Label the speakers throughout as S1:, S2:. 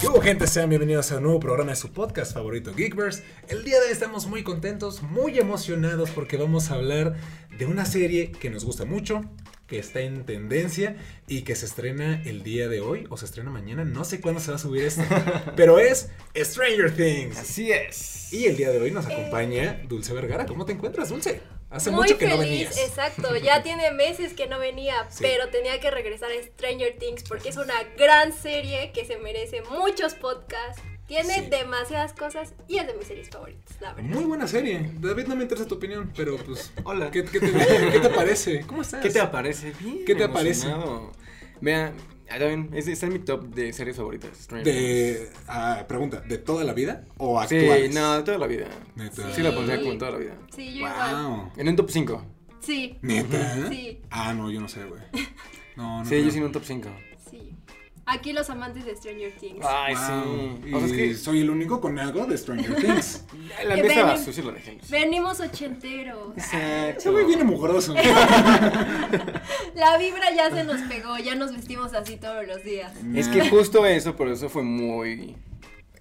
S1: ¿Qué hubo, gente? Sean bienvenidos a un nuevo programa de su podcast favorito, Geekverse. El día de hoy estamos muy contentos, muy emocionados porque vamos a hablar de una serie que nos gusta mucho, que está en tendencia y que se estrena el día de hoy o se estrena mañana, no sé cuándo se va a subir esto, pero es Stranger Things.
S2: Así es.
S1: Y el día de hoy nos acompaña Dulce Vergara. ¿Cómo te encuentras, Dulce? Hace
S3: Eh. Muy
S1: mucho que
S3: feliz,
S1: no venías.
S3: exacto. Ya tiene meses que no venía,
S1: Sí.
S3: pero tenía que regresar a Stranger Things porque es una gran serie que se merece muchos podcasts. Tiene
S1: Sí.
S3: demasiadas cosas y es de mis series favoritas, la verdad.
S1: Muy buena serie. David, no me interesa tu opinión, pero pues.
S2: Hola.
S1: ¿Qué, qué te, qué te parece? ¿Cómo estás?
S2: ¿Qué te aparece? Bien
S1: ¿Qué te aparece?
S2: emocionado. Vea, ah, ya ven, es- está en mi top de series favoritas. Stranger
S1: De. ah, pregunta, ¿de toda la vida o
S2: Things. Sí,
S1: actuales?
S2: no, de toda la vida.
S1: Neta.
S2: Sí, la pondría como en toda la vida.
S3: Sí, yo igual.
S1: Wow.
S2: En un top 5.
S3: Sí,
S1: ¿Neta?
S3: Sí.
S1: Ah, no, yo no sé, güey. No, no.
S2: Sí,
S1: no.
S2: yo sí en un top 5.
S3: sí. Aquí los amantes de Stranger Things.
S1: Ah.
S2: Ay,
S1: Wow.
S2: sí. O sea, es
S1: Y
S2: que
S1: soy el único con algo de Stranger Things.
S2: la
S3: Que
S2: mesa estaba
S3: ven-
S2: sucia la dejé.
S3: Venimos ochenteros.
S1: Se
S2: Exacto.
S1: ve bien mugroso.
S3: La vibra ya se nos pegó, ya nos vestimos así todos los días.
S2: Es que justo eso, por eso fue muy.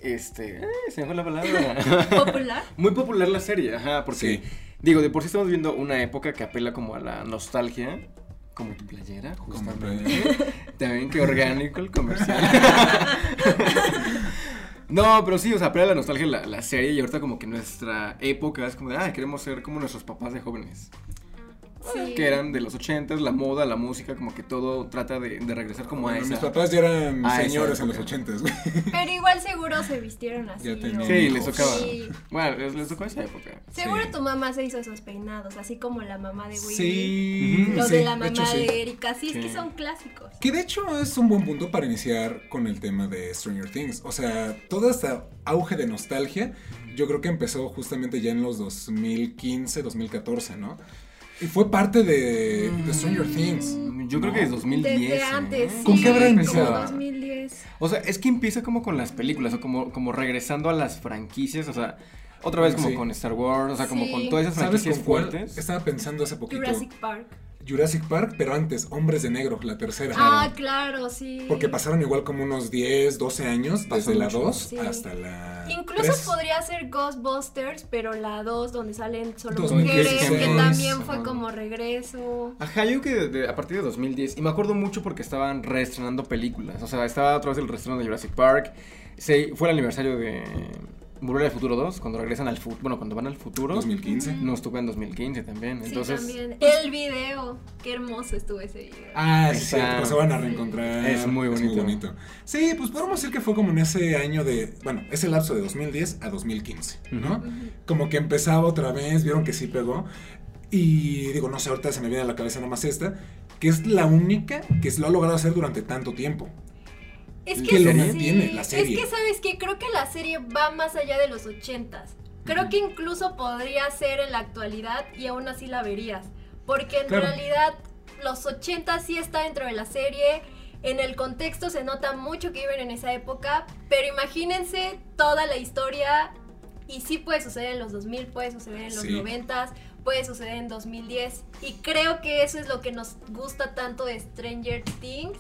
S2: Este. ay, se me fue la palabra.
S3: ¿Popular?
S2: Muy popular la serie, ajá, porque
S1: Sí.
S2: digo, de por sí estamos viviendo una época que apela como a la nostalgia, como tu playera, justamente. Pues, También que orgánico el comercial. no, pero sí, o sea, apela a la nostalgia la, la serie y ahorita como que nuestra época es como de, ah, queremos ser como nuestros papás de jóvenes,
S3: Sí.
S2: que eran de los ochentas, la moda, la música, como que todo trata de, de regresar como a
S1: Bueno,
S2: esa.
S1: mis papás ya eran
S2: Ah, esa
S1: señores en los
S2: época.
S1: ochentas, güey.
S3: Pero igual seguro se vistieron así.
S1: Ya tenían
S3: ¿no?
S2: Sí, les
S1: Hijos.
S2: tocaba.
S3: Sí.
S2: Bueno, les, les tocó esa época.
S3: Seguro
S1: Sí.
S3: tu mamá se hizo esos peinados, así como la mamá de Willy.
S1: Sí.
S3: Lo
S1: sí,
S3: de la mamá
S1: hecho, sí.
S3: de Erika, sí, es que
S2: Sí.
S3: son clásicos.
S1: Que de hecho es un buen punto para iniciar con el tema de Stranger Things. O sea, todo este auge de nostalgia, yo creo que empezó justamente ya en los 2015, 2014, ¿no? Y fue parte de, de Eh, Stranger Things.
S2: Yo creo que es 2010.
S3: Desde
S2: ¿eh?
S3: antes, sí.
S1: ¿Con qué habrá
S3: como
S1: empezado?
S3: 2010.
S2: O sea, es que empieza como con las películas, o como, como regresando a las franquicias, o sea, otra vez como
S1: Sí.
S2: con Star Wars, o sea, como
S3: Sí.
S2: con todas esas
S1: ¿Sabes
S2: franquicias
S1: con cuál?
S2: fuertes.
S1: Estaba pensando hace poquito.
S3: Jurassic Park.
S1: Jurassic Park, pero antes, Hombres de Negro, la tercera.
S3: Ah, claro, sí.
S1: Porque pasaron igual como unos 10, 12 años,
S2: Pasó
S1: desde la
S2: mucho.
S1: 2
S3: Sí.
S1: hasta la.
S3: Incluso
S1: tres.
S3: podría ser Ghostbusters, pero la 2, donde salen solo
S1: 2016.
S3: mujeres, que también fue
S2: Ajá.
S3: como regreso.
S2: Ajá, yo creo que de- de- a partir de 2010, y me acuerdo mucho porque estaban reestrenando películas, o sea, estaba otra vez el reestreno de Jurassic Park, se, fue el aniversario de Volver al Futuro 2, cuando regresan al futuro, bueno, cuando van al futuro,
S1: 2015.
S2: nos tocó en 2015 también, entonces...
S3: sí, también. El video. Qué hermoso estuvo ese video.
S1: pues Ah, sí,
S2: Está-
S1: cierto, se van a reencontrar.
S2: Es muy bonito.
S1: Sí, pues podemos decir que fue como en ese año de. Bueno, ese lapso de 2010 a 2015, ¿no? Como que empezaba otra vez, vieron que sí pegó. Y digo, no sé, ahorita se me viene a la cabeza nomás esta, que es la única que lo ha logrado hacer durante tanto tiempo.
S3: Es
S1: ¿Y
S3: que,
S1: qué lo
S3: sí,
S1: mantiene, la serie?
S3: Es que sabes que creo que la serie va más allá de los ochentas. Creo que incluso podría ser en la actualidad y aún así la verías. Porque en
S1: Claro.
S3: realidad los ochentas sí está dentro de la serie. En el contexto se nota mucho que viven en esa época. Pero imagínense toda la historia. Y sí puede suceder en los 2000, puede suceder en los
S1: Sí.
S3: noventas, puede suceder en 2010. Y creo que eso es lo que nos gusta tanto de Stranger Things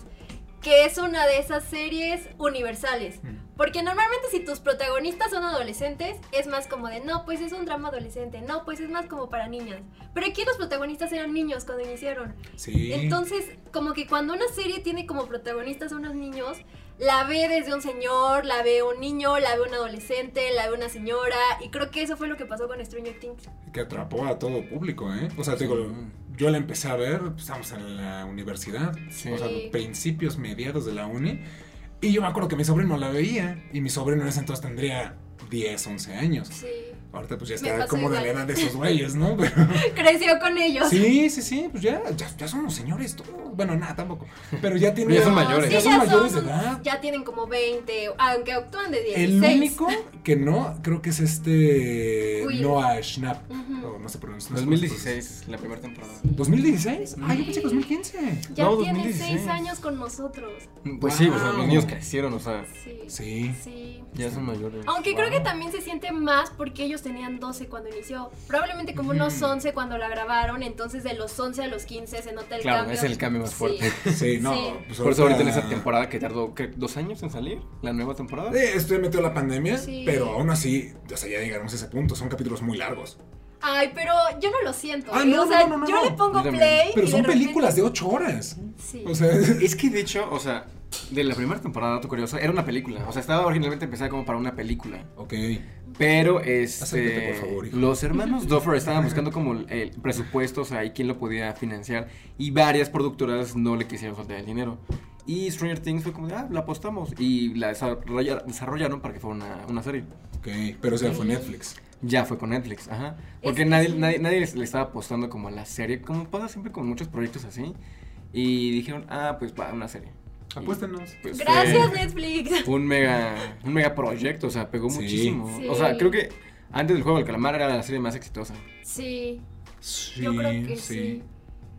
S3: que es una de esas series universales. Porque normalmente si tus protagonistas son adolescentes, es más como de, no, pues es un drama adolescente, no, pues es más como para niñas. Pero aquí los protagonistas eran niños cuando iniciaron.
S1: Sí.
S3: Entonces, como que cuando una serie tiene como protagonistas a unos niños, la ve desde un señor, la ve un niño, la ve un adolescente, la ve una señora, y creo que eso fue lo que pasó con Stranger Things.
S1: que atrapó a todo público, ¿eh? O sea, te digo, yo la empecé a ver, pues, estábamos en la universidad,
S2: Sí.
S1: o sea,
S3: Sí.
S1: principios, mediados de la uni, y yo me acuerdo que mi sobrino la veía, y mi sobrino en ese entonces tendría 10, 11 años.
S3: Sí.
S1: Ahorita pues ya
S3: Me
S1: está
S3: pasó
S1: como de la
S3: igual.
S1: edad de esos güeyes, ¿no? Pero-
S3: Creció con ellos.
S1: sí, sí, sí, pues ya, ya, ya somos señores, tú. bueno, nada, tampoco, pero ya tienen...
S2: Ya son
S3: No,
S2: mayores.
S3: sí,
S1: ya
S3: ya
S1: son mayores
S3: son-
S1: de edad.
S3: Ya tienen como 20, aunque actúan de 16.
S1: El único que no, creo que es este
S3: Will. Mm.
S1: Noah Schnapp,
S3: Ujú.
S1: o no sé pronuncia. no sé cómo se pronuncia.
S2: 2016, la primera temporada.
S1: ¿2016? Ah, yo pensé que 2015.
S3: Ya
S2: No,
S3: tiene
S2: 2016.
S3: 6 años con nosotros.
S2: Pues sí, o sea,
S1: Wow.
S2: los niños crecieron, o sea,
S3: Sí.
S1: Sí.
S3: Sí.
S2: ya son mayores.
S3: Aunque creo que
S2: Wow.
S3: también se siente más porque ellos tenían 12 cuando inició, probablemente como unos
S1: Ujú.
S3: 11 cuando la grabaron, entonces de los 11 a los 15 se nota el
S2: Claro,
S3: cambio.
S2: es el cambio más fuerte.
S3: Sí.
S1: Sí, no.
S3: Sí.
S1: pues
S2: Por eso ahorita en esa temporada que tardó, ¿qué? ¿Dos años en salir? ¿La nueva temporada?
S1: Eh, estoy metido en la pandemia,
S3: Sí.
S1: pero aún así, o sea, ya llegaremos a ese punto. Son capítulos muy largos.
S3: Ay, pero yo no lo siento.
S1: Ah,
S3: ¿eh?
S1: no,
S3: o sea,
S1: no, no, no,
S3: yo
S1: no.
S3: le pongo
S2: Yo también.
S3: play. y
S1: Pero
S3: de
S1: son
S3: repente-
S1: películas de 8 horas.
S3: Sí.
S1: O sea,
S2: Es que de hecho, o sea, de la primera temporada, dato curioso, era una película. O sea, estaba originalmente pensada como para una película.
S1: ok.
S2: Pero este,
S1: Acércate, por favor, hijo.
S2: los hermanos Duffer estaban buscando como el, el presupuesto, o sea, ahí quién lo podía financiar. Y varias productoras no le quisieron soltar el dinero. Y Stranger Things fue como, de, ah, la apostamos. Y la desarrolla- desarrollaron para que fuera una, una serie.
S1: Ok, pero o sea, fue Netflix.
S2: Ya fue con Netflix, ajá.
S3: Es
S2: Porque
S3: que
S2: nadie,
S3: sí.
S2: nadie, nadie les- le estaba apostando como a la serie, como pasa siempre con muchos proyectos así. Y dijeron, ah, pues va, una serie. Y,
S1: Apuéstenos.
S2: pues, fue-
S3: Gracias, Netflix.
S2: fue un mega, un mega proyecto, o sea, pegó
S1: Sí.
S2: muchísimo.
S3: Sí.
S2: O sea, creo que antes del juego del calamar era la serie más exitosa.
S3: Sí,
S1: Sí,
S3: yo creo que sí.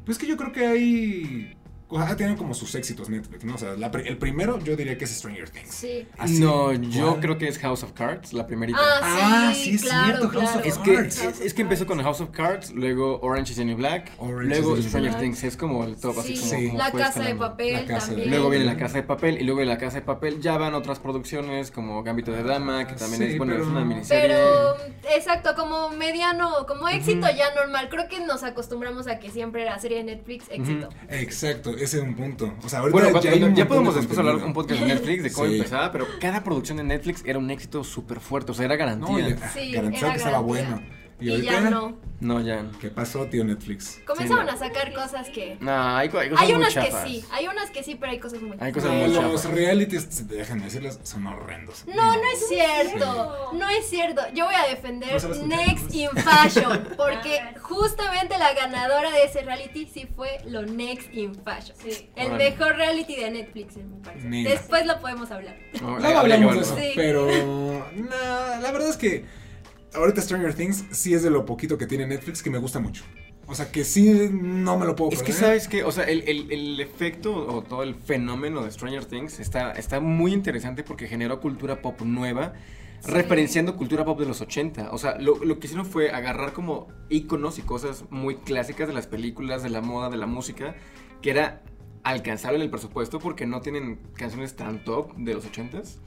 S1: Pues que yo creo que hay. o sea, Ha tenido como sus éxitos Netflix, ¿no? O sea, la pri- el primero yo diría que es Stranger Things.
S3: Sí.
S1: Así,
S2: no, yo
S1: ¿Ah, ¿cuál?
S2: creo que es House of Cards, la primerita.
S3: Ah,
S1: Ah, sí,
S3: sí,
S1: es
S3: claro,
S1: cierto, House of
S3: claro.
S2: Es
S1: Cards.
S2: que,
S1: House
S2: es, es que empezó con House of Cards, luego Orange is the New Black,
S1: Orange is
S2: luego
S1: the New
S2: Stranger
S3: Black.
S2: Things, es como el top, así
S3: Sí,
S2: como,
S1: Sí.
S2: como
S3: La
S2: fue
S3: casa de
S2: escalando.
S3: papel
S1: La Casa de-
S3: también.
S2: Luego viene La Casa de Papel y luego de La Casa de Papel ya van otras producciones como Gambito de Dama, que también
S1: Sí,
S2: es, bueno,
S1: pero-
S2: es una miniserie.
S3: Pero, exacto, como mediano, como éxito ya normal. Creo que nos acostumbramos a que siempre la serie de Netflix, éxito.
S1: Exacto, ese es un punto. O sea, ahorita
S2: Bueno, cuando-
S1: ya, hay un
S2: ya,
S1: montón
S2: podemos
S1: de
S2: después hablar
S1: contenido.
S2: un podcast de Netflix, de cómo
S1: Sí.
S2: empezaba, pero cada producción de Netflix era un éxito súper fuerte, o sea, era
S1: No,
S2: garantía.
S1: ya,
S2: No,
S1: ah,
S3: Sí,
S1: garantizaba
S3: era
S1: que estaba
S3: garantía.
S1: bueno.
S3: Y,
S1: ahorita,
S3: ya no.
S2: ya.
S1: ¿Qué pasó, tío Netflix?
S3: Comenzaron
S2: no.
S3: a sacar cosas que.
S2: No, hay, co- hay cosas
S3: Hay
S2: muy
S3: unas que
S2: chafas.
S3: sí, hay unas que sí, pero hay cosas muy.
S2: Hay cosas
S1: No,
S2: muy
S1: los
S2: chafas.
S1: realities, déjenme decirles, son horrendos.
S3: No, no es cierto.
S4: Sí.
S3: No es cierto. Yo voy a defender
S1: No se va a escuchar.
S3: Next in Fashion. Porque justamente la ganadora de ese reality sí fue lo Next in Fashion.
S4: Sí.
S3: El
S2: Órale.
S3: mejor reality de Netflix, en mi parecer.
S1: Mira.
S3: Después lo podemos hablar.
S2: No,
S1: Luego hablamos de eso,
S3: Sí.
S1: pero no, la verdad es que ahorita Stranger Things sí es de lo poquito que tiene Netflix que me gusta mucho. O sea, que sí no me lo puedo
S2: Es que
S1: perder.
S2: sabes que, o sea, el, el- el efecto o todo el fenómeno de Stranger Things está, está muy interesante porque generó cultura pop nueva,
S3: Sí.
S2: referenciando cultura pop de los 80. O sea, lo, lo que hicieron fue agarrar como iconos y cosas muy clásicas de las películas, de la moda, de la música, que era alcanzable en el presupuesto porque no tienen canciones tan top de los 80s.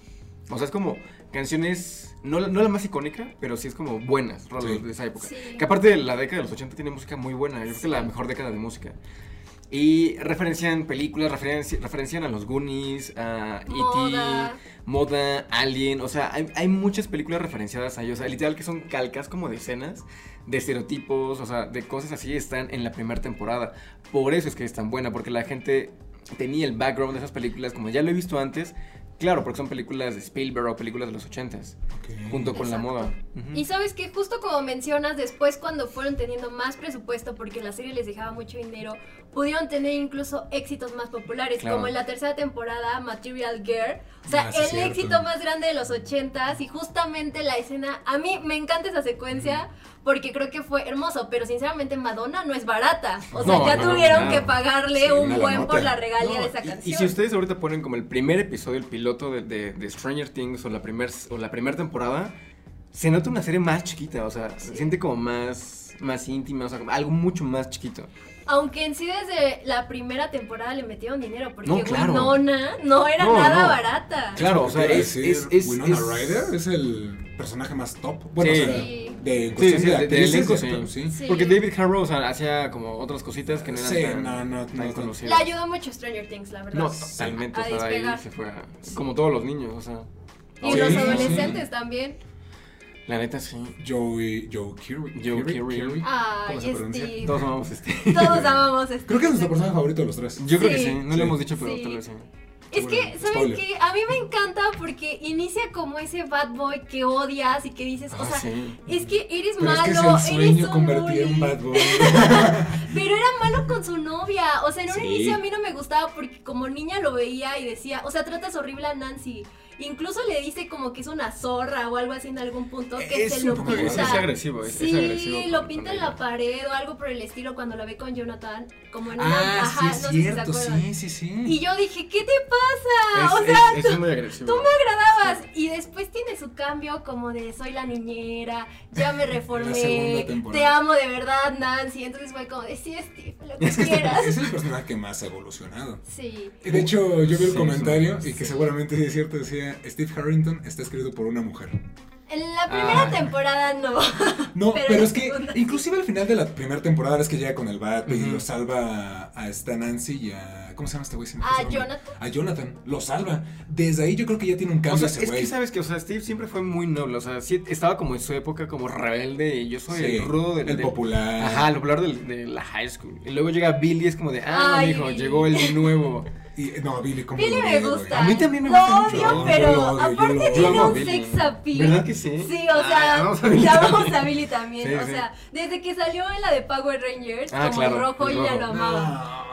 S2: O sea, es como canciones, no, la- no la más icónica, pero sí es como buenas rolas
S1: Sí.
S2: de esa época.
S3: Sí.
S2: Que aparte de la década de los 80 tiene música muy buena, yo creo que la mejor década de música. Y referencian películas, referenci- referencian a los Goonies, a
S3: Moda.
S2: E.T., Moda, Alien, o sea, hay, hay muchas películas referenciadas ahí, o sea, literal que son calcas como de escenas, de estereotipos, o sea, de cosas así están en la primera temporada. Por eso es que es tan buena, porque la gente tenía el background de esas películas, como ya lo he visto antes, claro, porque son películas de Spielberg o películas de los 80s,
S1: Ok.
S2: junto con la
S3: Exacto.
S2: moda. Ujú.
S3: Y sabes que justo como mencionas, después cuando fueron teniendo más presupuesto, porque la serie les dejaba mucho dinero, pudieron tener incluso éxitos más populares,
S2: Claro.
S3: como en la tercera temporada, Material Girl. O sea,
S1: Ah, sí,
S3: el
S1: cierto.
S3: éxito más grande de los ochentas y justamente la escena, a mí me encanta esa secuencia porque creo que fue hermoso, pero sinceramente Madonna no es barata. O sea,
S2: No,
S3: ya
S2: no, no,
S3: tuvieron
S2: no.
S3: que pagarle
S1: Sí,
S3: un
S1: una
S3: buen
S1: lanota.
S3: por la regalia
S2: No,
S3: de esa
S2: y-
S3: canción.
S2: Y si ustedes ahorita ponen como el primer episodio, el piloto de, de- de Stranger Things o la primera o la primera temporada, se nota una serie más chiquita, o sea, se siente como más, más íntima, o sea, como algo mucho más chiquito.
S3: Aunque en sí desde la primera temporada le metieron dinero, porque
S2: No,
S3: güey,
S2: claro.
S3: Nona no era
S2: No,
S3: nada
S2: no.
S3: barata.
S2: Claro, o sea,
S1: Te iba a
S2: es-
S1: decir,
S2: es- es-
S1: Winona
S2: es-
S1: Ryder es el personaje más top. Bueno,
S2: Sí.
S1: o sea,
S3: Sí.
S1: de en cuestión
S2: sí,
S1: de
S2: de- de
S1: actrices,
S2: elenco,
S1: de actor,
S2: sí.
S3: Sí.
S2: Porque David Harrow o sea, hacía como otras cositas que no eran
S1: Sí,
S2: tan,
S1: no, no,
S2: tan
S1: no,
S3: Le
S2: conocidas.
S3: ayudó mucho Stranger Things, la verdad.
S2: No, totalmente,
S3: A
S2: o sea, ahí
S3: despegar.
S2: se fue a- como todos los niños, o sea.
S3: y
S1: Sí,
S3: los
S1: sí.
S3: adolescentes también.
S2: La neta sí.
S1: Joey, Joe Curry.
S2: Joe Ah. Curry.
S3: Ay,
S1: ¿Cómo se pronuncia?
S3: Steve.
S2: Todos amamos este.
S3: Ah, Todos amamos este.
S1: Creo que es nuestro personaje favorito de los tres.
S2: Yo creo que
S3: Sí.
S2: sí, no
S1: Sí.
S2: lo hemos dicho, pero
S3: Sí.
S2: tal vez sí.
S3: Es que,
S1: Bueno,
S3: ¿sabes
S1: spoiler.
S3: qué? A mí me encanta porque inicia como ese bad boy que odias y que dices, o
S2: Ah,
S3: sea,
S2: sí.
S3: es que eres
S1: Pero es
S3: malo,
S1: que es el
S3: eres
S1: sueño
S3: un
S1: convertir en
S3: bully.
S1: Bad Boy.
S3: Pero era malo con su novia. O sea, en un
S1: Sí.
S3: inicio a mí no me gustaba porque como niña lo veía y decía, o sea, tratas horrible a Nancy. Incluso le dice como que es una zorra o algo así en algún punto que
S1: Es
S3: se
S1: un
S3: lo
S1: poco
S2: Sí,
S3: pinta.
S2: es agresivo, es, es
S3: Sí,
S2: agresivo. con-
S3: lo
S2: con
S3: pinta en
S2: ella.
S3: la pared o algo por el estilo cuando la ve con Jonathan, como en una...
S1: Ah, sí,
S3: ajá,
S1: es
S3: no sé si se
S1: cierto,
S3: acuerdan.
S1: sí, sí, sí.
S3: Y yo dije, ¿qué te pasa?
S2: Es,
S3: o
S2: es-
S3: sea,
S2: es muy agresivo.
S3: tú me agradabas. Y después tiene su cambio como de soy la niñera, ya
S1: segunda
S3: me reformé,
S1: temporada.
S3: te amo de verdad, Nancy. Entonces fue como de sí, Steve, lo que quieras.
S1: Es el personaje que más ha evolucionado.
S3: Sí.
S1: De hecho, yo vi el
S2: Sí,
S1: comentario
S2: sí.
S1: y que seguramente sí es cierto, decía, Steve Harrington está escrito por una mujer.
S3: En la primera
S2: Ah.
S3: temporada no.
S1: No, pero,
S3: Pero la
S1: es que
S3: segunda.
S1: inclusive al final de la primera temporada es que llega con el bat y
S2: Ujú.
S1: lo salva a esta Nancy y a... ¿Cómo se llama este güey? Se me
S3: A
S1: fue su nombre.
S3: Jonathan.
S1: A Jonathan. Lo salva. Desde ahí yo creo que ya tiene un
S2: O
S1: cambio
S2: sea,
S1: ese
S2: es
S1: güey.
S2: que sabes que, o sea, Steve siempre fue muy noble, o sea, sí estaba como en su época como rebelde y yo soy
S1: Sí,
S2: el rudo del...
S1: el
S2: del-
S1: popular.
S2: Ajá, el popular del- de la high school. Y luego llega Billy y es como de, ah,
S3: Ay,
S2: hijo,
S3: Billy.
S2: llegó el nuevo.
S1: Y, eh, no, Billy, ¿cómo
S3: Billy
S1: lo
S3: me
S1: odio, güey?
S3: gusta.
S2: A mí también me
S3: Lo
S2: gusta mucho.
S3: odio,
S1: Yo
S3: pero
S1: lo odio, yo
S3: aparte
S1: lo odio.
S2: Yo
S3: tiene
S2: amo a
S3: un
S2: Billy.
S3: sex appeal.
S2: ¿Verdad que sí?
S3: Sí, o
S2: Ah,
S3: sea,
S2: amamos a Billy
S3: ya
S2: también.
S3: vamos a Billy también.
S2: Sí,
S3: o
S2: sí.
S3: sea, desde que salió en la de Power Rangers,
S2: Ah,
S3: como
S2: claro,
S3: el rojo,
S2: el
S3: yo ya
S2: rojo.
S3: lo amaba.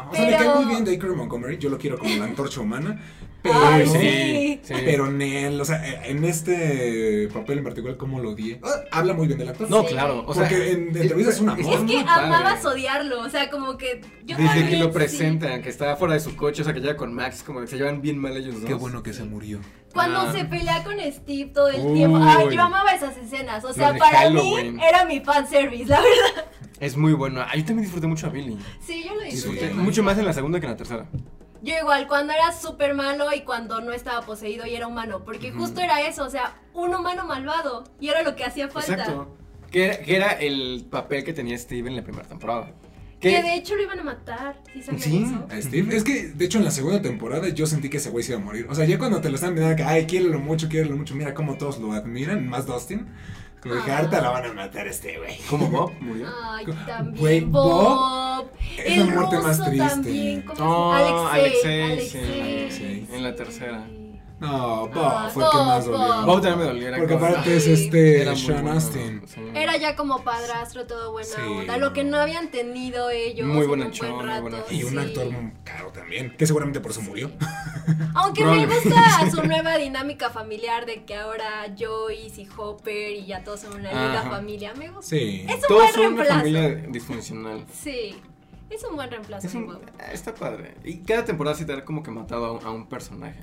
S1: No. O sea, me
S3: Pero-
S1: cae muy bien Dacre Montgomery. Yo lo quiero como la antorcha humana. Pero...
S3: Ay,
S2: sí,
S3: sí.
S2: sí.
S1: Pero en él, o sea, eh, en este papel en particular, ¿cómo lo odié? Ah, habla muy bien del actor.
S2: No,
S3: Sí.
S2: claro, o sea...
S1: Porque en de entrevista es un amor.
S3: Es que
S2: muy padre.
S3: amabas odiarlo, o sea, como que yo
S2: Desde
S3: también,
S2: que lo
S3: sí.
S2: presentan, que está fuera de su coche, o sea, que llega con Max, como que se llevan bien mal ellos dos.
S1: Qué bueno que se murió. eh,
S3: Cuando
S2: Ah.
S3: se pelea con Steve todo el
S2: Uy.
S3: tiempo. Ay, yo amaba esas escenas. O sea,
S2: de
S3: para
S2: Halloween.
S3: mí era mi fanservice, la verdad.
S2: Es muy bueno. Ah, yo también disfruté mucho a Billy.
S3: Sí, yo lo
S1: Sí.
S3: disfruté.
S2: Disfruté mucho más en la segunda que en la tercera.
S3: Yo igual, cuando era súper malo y cuando no estaba poseído y era humano. Porque justo era eso, o sea, un humano malvado. Y era lo que hacía falta.
S2: Exacto. Que era, que era el papel que tenía Steve en la primera temporada.
S3: Que,
S2: Que-
S3: de hecho lo iban a matar. Sí, sabían
S2: Sí.
S3: eso.
S1: A Steve. Es que, de hecho, en la segunda temporada yo sentí que ese güey se iba a morir. O sea, ya cuando te lo están viendo, que, ay, quiérelo mucho, quiérelo mucho. Mira cómo todos lo admiran, más Dustin. Como dije,
S3: Ah.
S1: harta la van a matar a este güey.
S2: ¿Cómo Bob murió?
S3: Ay,
S1: Güey,
S3: también.
S1: Bob
S3: Bob.
S1: es la
S3: El
S1: muerte
S3: ruso
S1: más triste.
S3: también. ¿cómo se
S2: Oh,
S3: llama? Alexei.
S2: Alexei, sí,
S1: Alexei.
S2: En la tercera.
S1: No, Bob
S3: Ah,
S1: fue el que
S3: Bob,
S1: más dolió.
S3: Bob.
S2: Bob también me dolió. era
S1: Porque
S2: como-
S1: aparte es
S3: Sí.
S2: Era
S1: este
S2: muy
S1: Sean
S2: bueno,
S1: Austin.
S2: sí.
S3: Era ya como padrastro, todo buena
S1: Sí.
S3: onda. Lo que no habían tenido ellos.
S2: Muy
S3: en un
S2: bonachón, muy
S3: buen rato,
S2: bonachón.
S1: Y un
S3: sí.
S1: actor caro también, que seguramente por eso murió.
S3: Aunque me
S2: Probablemente.
S3: gusta su nueva dinámica familiar de que ahora Joyce y Hopper y ya todos son una linda
S2: Ajá.
S3: familia. Me gusta.
S1: Sí.
S3: Es un
S2: Todos
S3: buen
S2: son una
S3: reemplazo.
S2: familia disfuncional.
S3: Sí. Es un buen reemplazo.
S2: Es un-
S3: de Bob.
S2: ah, está padre. Y cada temporada sí te da como que matado a un, a un personaje.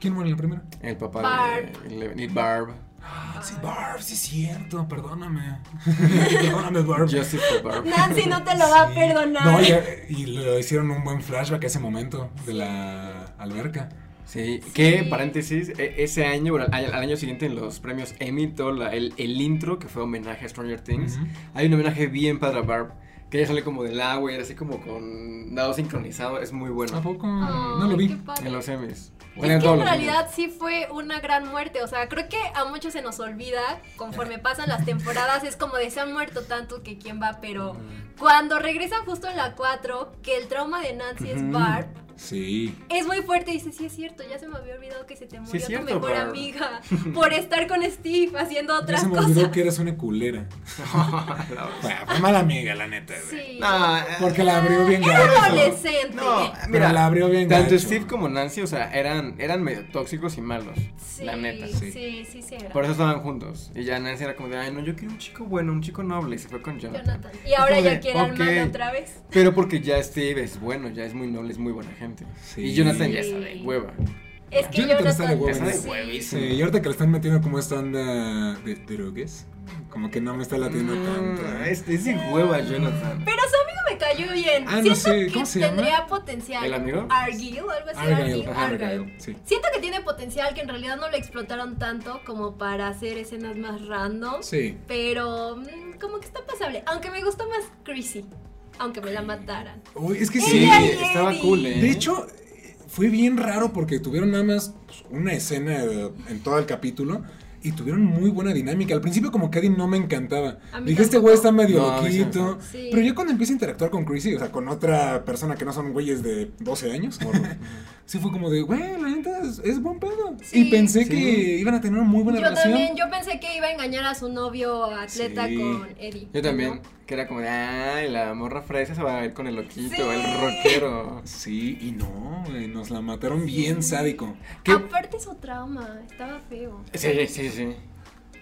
S1: ¿Quién muere en la primera?
S2: El papá
S3: Barb.
S2: de Eleven y Barb.
S1: Ah, sí, Barb, sí es cierto, perdóname. perdóname, Barb.
S2: Justice for Barb.
S3: Nancy no te lo va a
S1: Sí.
S3: perdonar.
S1: No, y, y le hicieron un buen flashback a ese momento de la alberca.
S2: Sí, que
S3: Sí.
S2: paréntesis, e- ese año, bueno, al, al año siguiente en los premios Emmy, todo la- el, el intro que fue homenaje a Stranger Things,
S1: Ujú.
S2: hay un homenaje bien padre a Barb, que ella sale como del agua y así como con dado sincronizado, es muy
S1: ¿A
S2: bueno.
S1: poco?
S3: Ay,
S1: no lo
S3: qué
S1: vi.
S3: padre.
S2: En los Emmys.
S3: Ah, pues, Es
S2: Bueno,
S3: que
S2: todos
S3: en
S2: los
S3: realidad sí fue una gran muerte, o sea, creo que a muchos se nos olvida, conforme pasan las temporadas, es como de se han muerto tanto que quién va, pero cuando regresan justo en la 4, que el trauma de Nancy
S2: Ujú.
S3: es Barb,
S1: Sí.
S3: es muy fuerte y dice, sí es cierto, ya se me había olvidado que se te murió
S2: Sí es
S3: tu
S2: cierto,
S3: mejor
S2: Barb.
S3: amiga por estar con Steve haciendo
S1: Ya
S3: otras
S1: se me
S3: cosas.
S1: olvidó que eras una culera.
S2: Emmys.
S1: Bueno, fue mala amiga, la neta, güey.
S3: Sí.
S2: No, eh,
S1: Porque la abrió bien
S3: Era
S1: gacho.
S3: adolescente.
S2: no,
S1: Pero
S2: mira,
S1: la abrió bien
S2: tanto
S1: gacho.
S2: Steve como Nancy, o sea, eran, eran medio tóxicos y malos,
S3: Sí,
S2: la neta.
S1: sí.
S3: sí, sí, sí, era.
S2: Por eso estaban juntos. Y ya Nancy era como de, ay, no, yo quiero un chico bueno, un chico noble. Y se fue con Jonathan.
S3: Jonathan. Y ahora
S2: como de,
S3: ya quiere al
S2: ok.
S3: malo otra vez.
S2: Pero porque ya Steve es bueno, ya es muy noble, es muy buena gente.
S1: Sí.
S2: Y Jonathan ya está de hueva.
S3: Es que
S1: Jonathan
S3: Jonathan,
S1: está de
S2: hueva. Está de
S3: Sí.
S1: Sí, y ahorita que le están metiendo como esta onda de drogues, como que no me está latiendo tanto.
S2: Mm,
S1: ¿eh?
S2: es, es de hueva Jonathan.
S3: Pero su amigo me cayó bien.
S1: Ah, no
S3: Siento
S1: sé,
S3: que
S1: ¿cómo se
S3: tendría potencial.
S2: ¿El amigo?
S3: Argyle o algo así.
S1: Argyle,
S3: Argyle.
S1: ajá,
S3: Argyle.
S1: Argyle, sí.
S3: Siento que tiene potencial, que en realidad no lo explotaron tanto como para hacer escenas más random.
S1: Sí.
S3: Pero mm, como que está pasable. Aunque me gustó más Chrissy. Aunque me la mataran.
S1: Uy, es que sí.
S2: Sí,
S3: Ella y
S2: estaba
S3: Eddie.
S2: cool, eh.
S1: De hecho, eh, fue bien raro porque tuvieron nada más pues, una escena eh, en todo el capítulo y tuvieron muy buena dinámica. Al principio como que Eddie no me encantaba.
S3: A mí
S1: Dije, este
S3: tampoco.
S1: güey está medio
S2: No, a mí sí me
S1: loquito.
S3: encanta. Sí.
S1: Pero yo cuando empiezo a interactuar con Chrissy, o sea, con otra persona que no son güeyes de 12 años, sí fue como de, güey, la neta es, es buen pedo.
S3: Sí.
S1: y pensé
S2: Sí.
S1: que iban a tener una muy buena
S3: Yo
S1: relación.
S3: también, yo pensé que iba a engañar a su novio atleta
S1: Sí.
S3: con Eddie.
S2: Yo también,
S3: ¿no?
S2: que era como de, ay, la morra fresa se va a ir con el loquito,
S3: Sí.
S2: el rockero.
S1: Sí, y no, güey, nos la mataron bien sádico.
S2: ¿Qué?
S3: Aparte su trauma, estaba feo.
S2: Sí, sí, sí.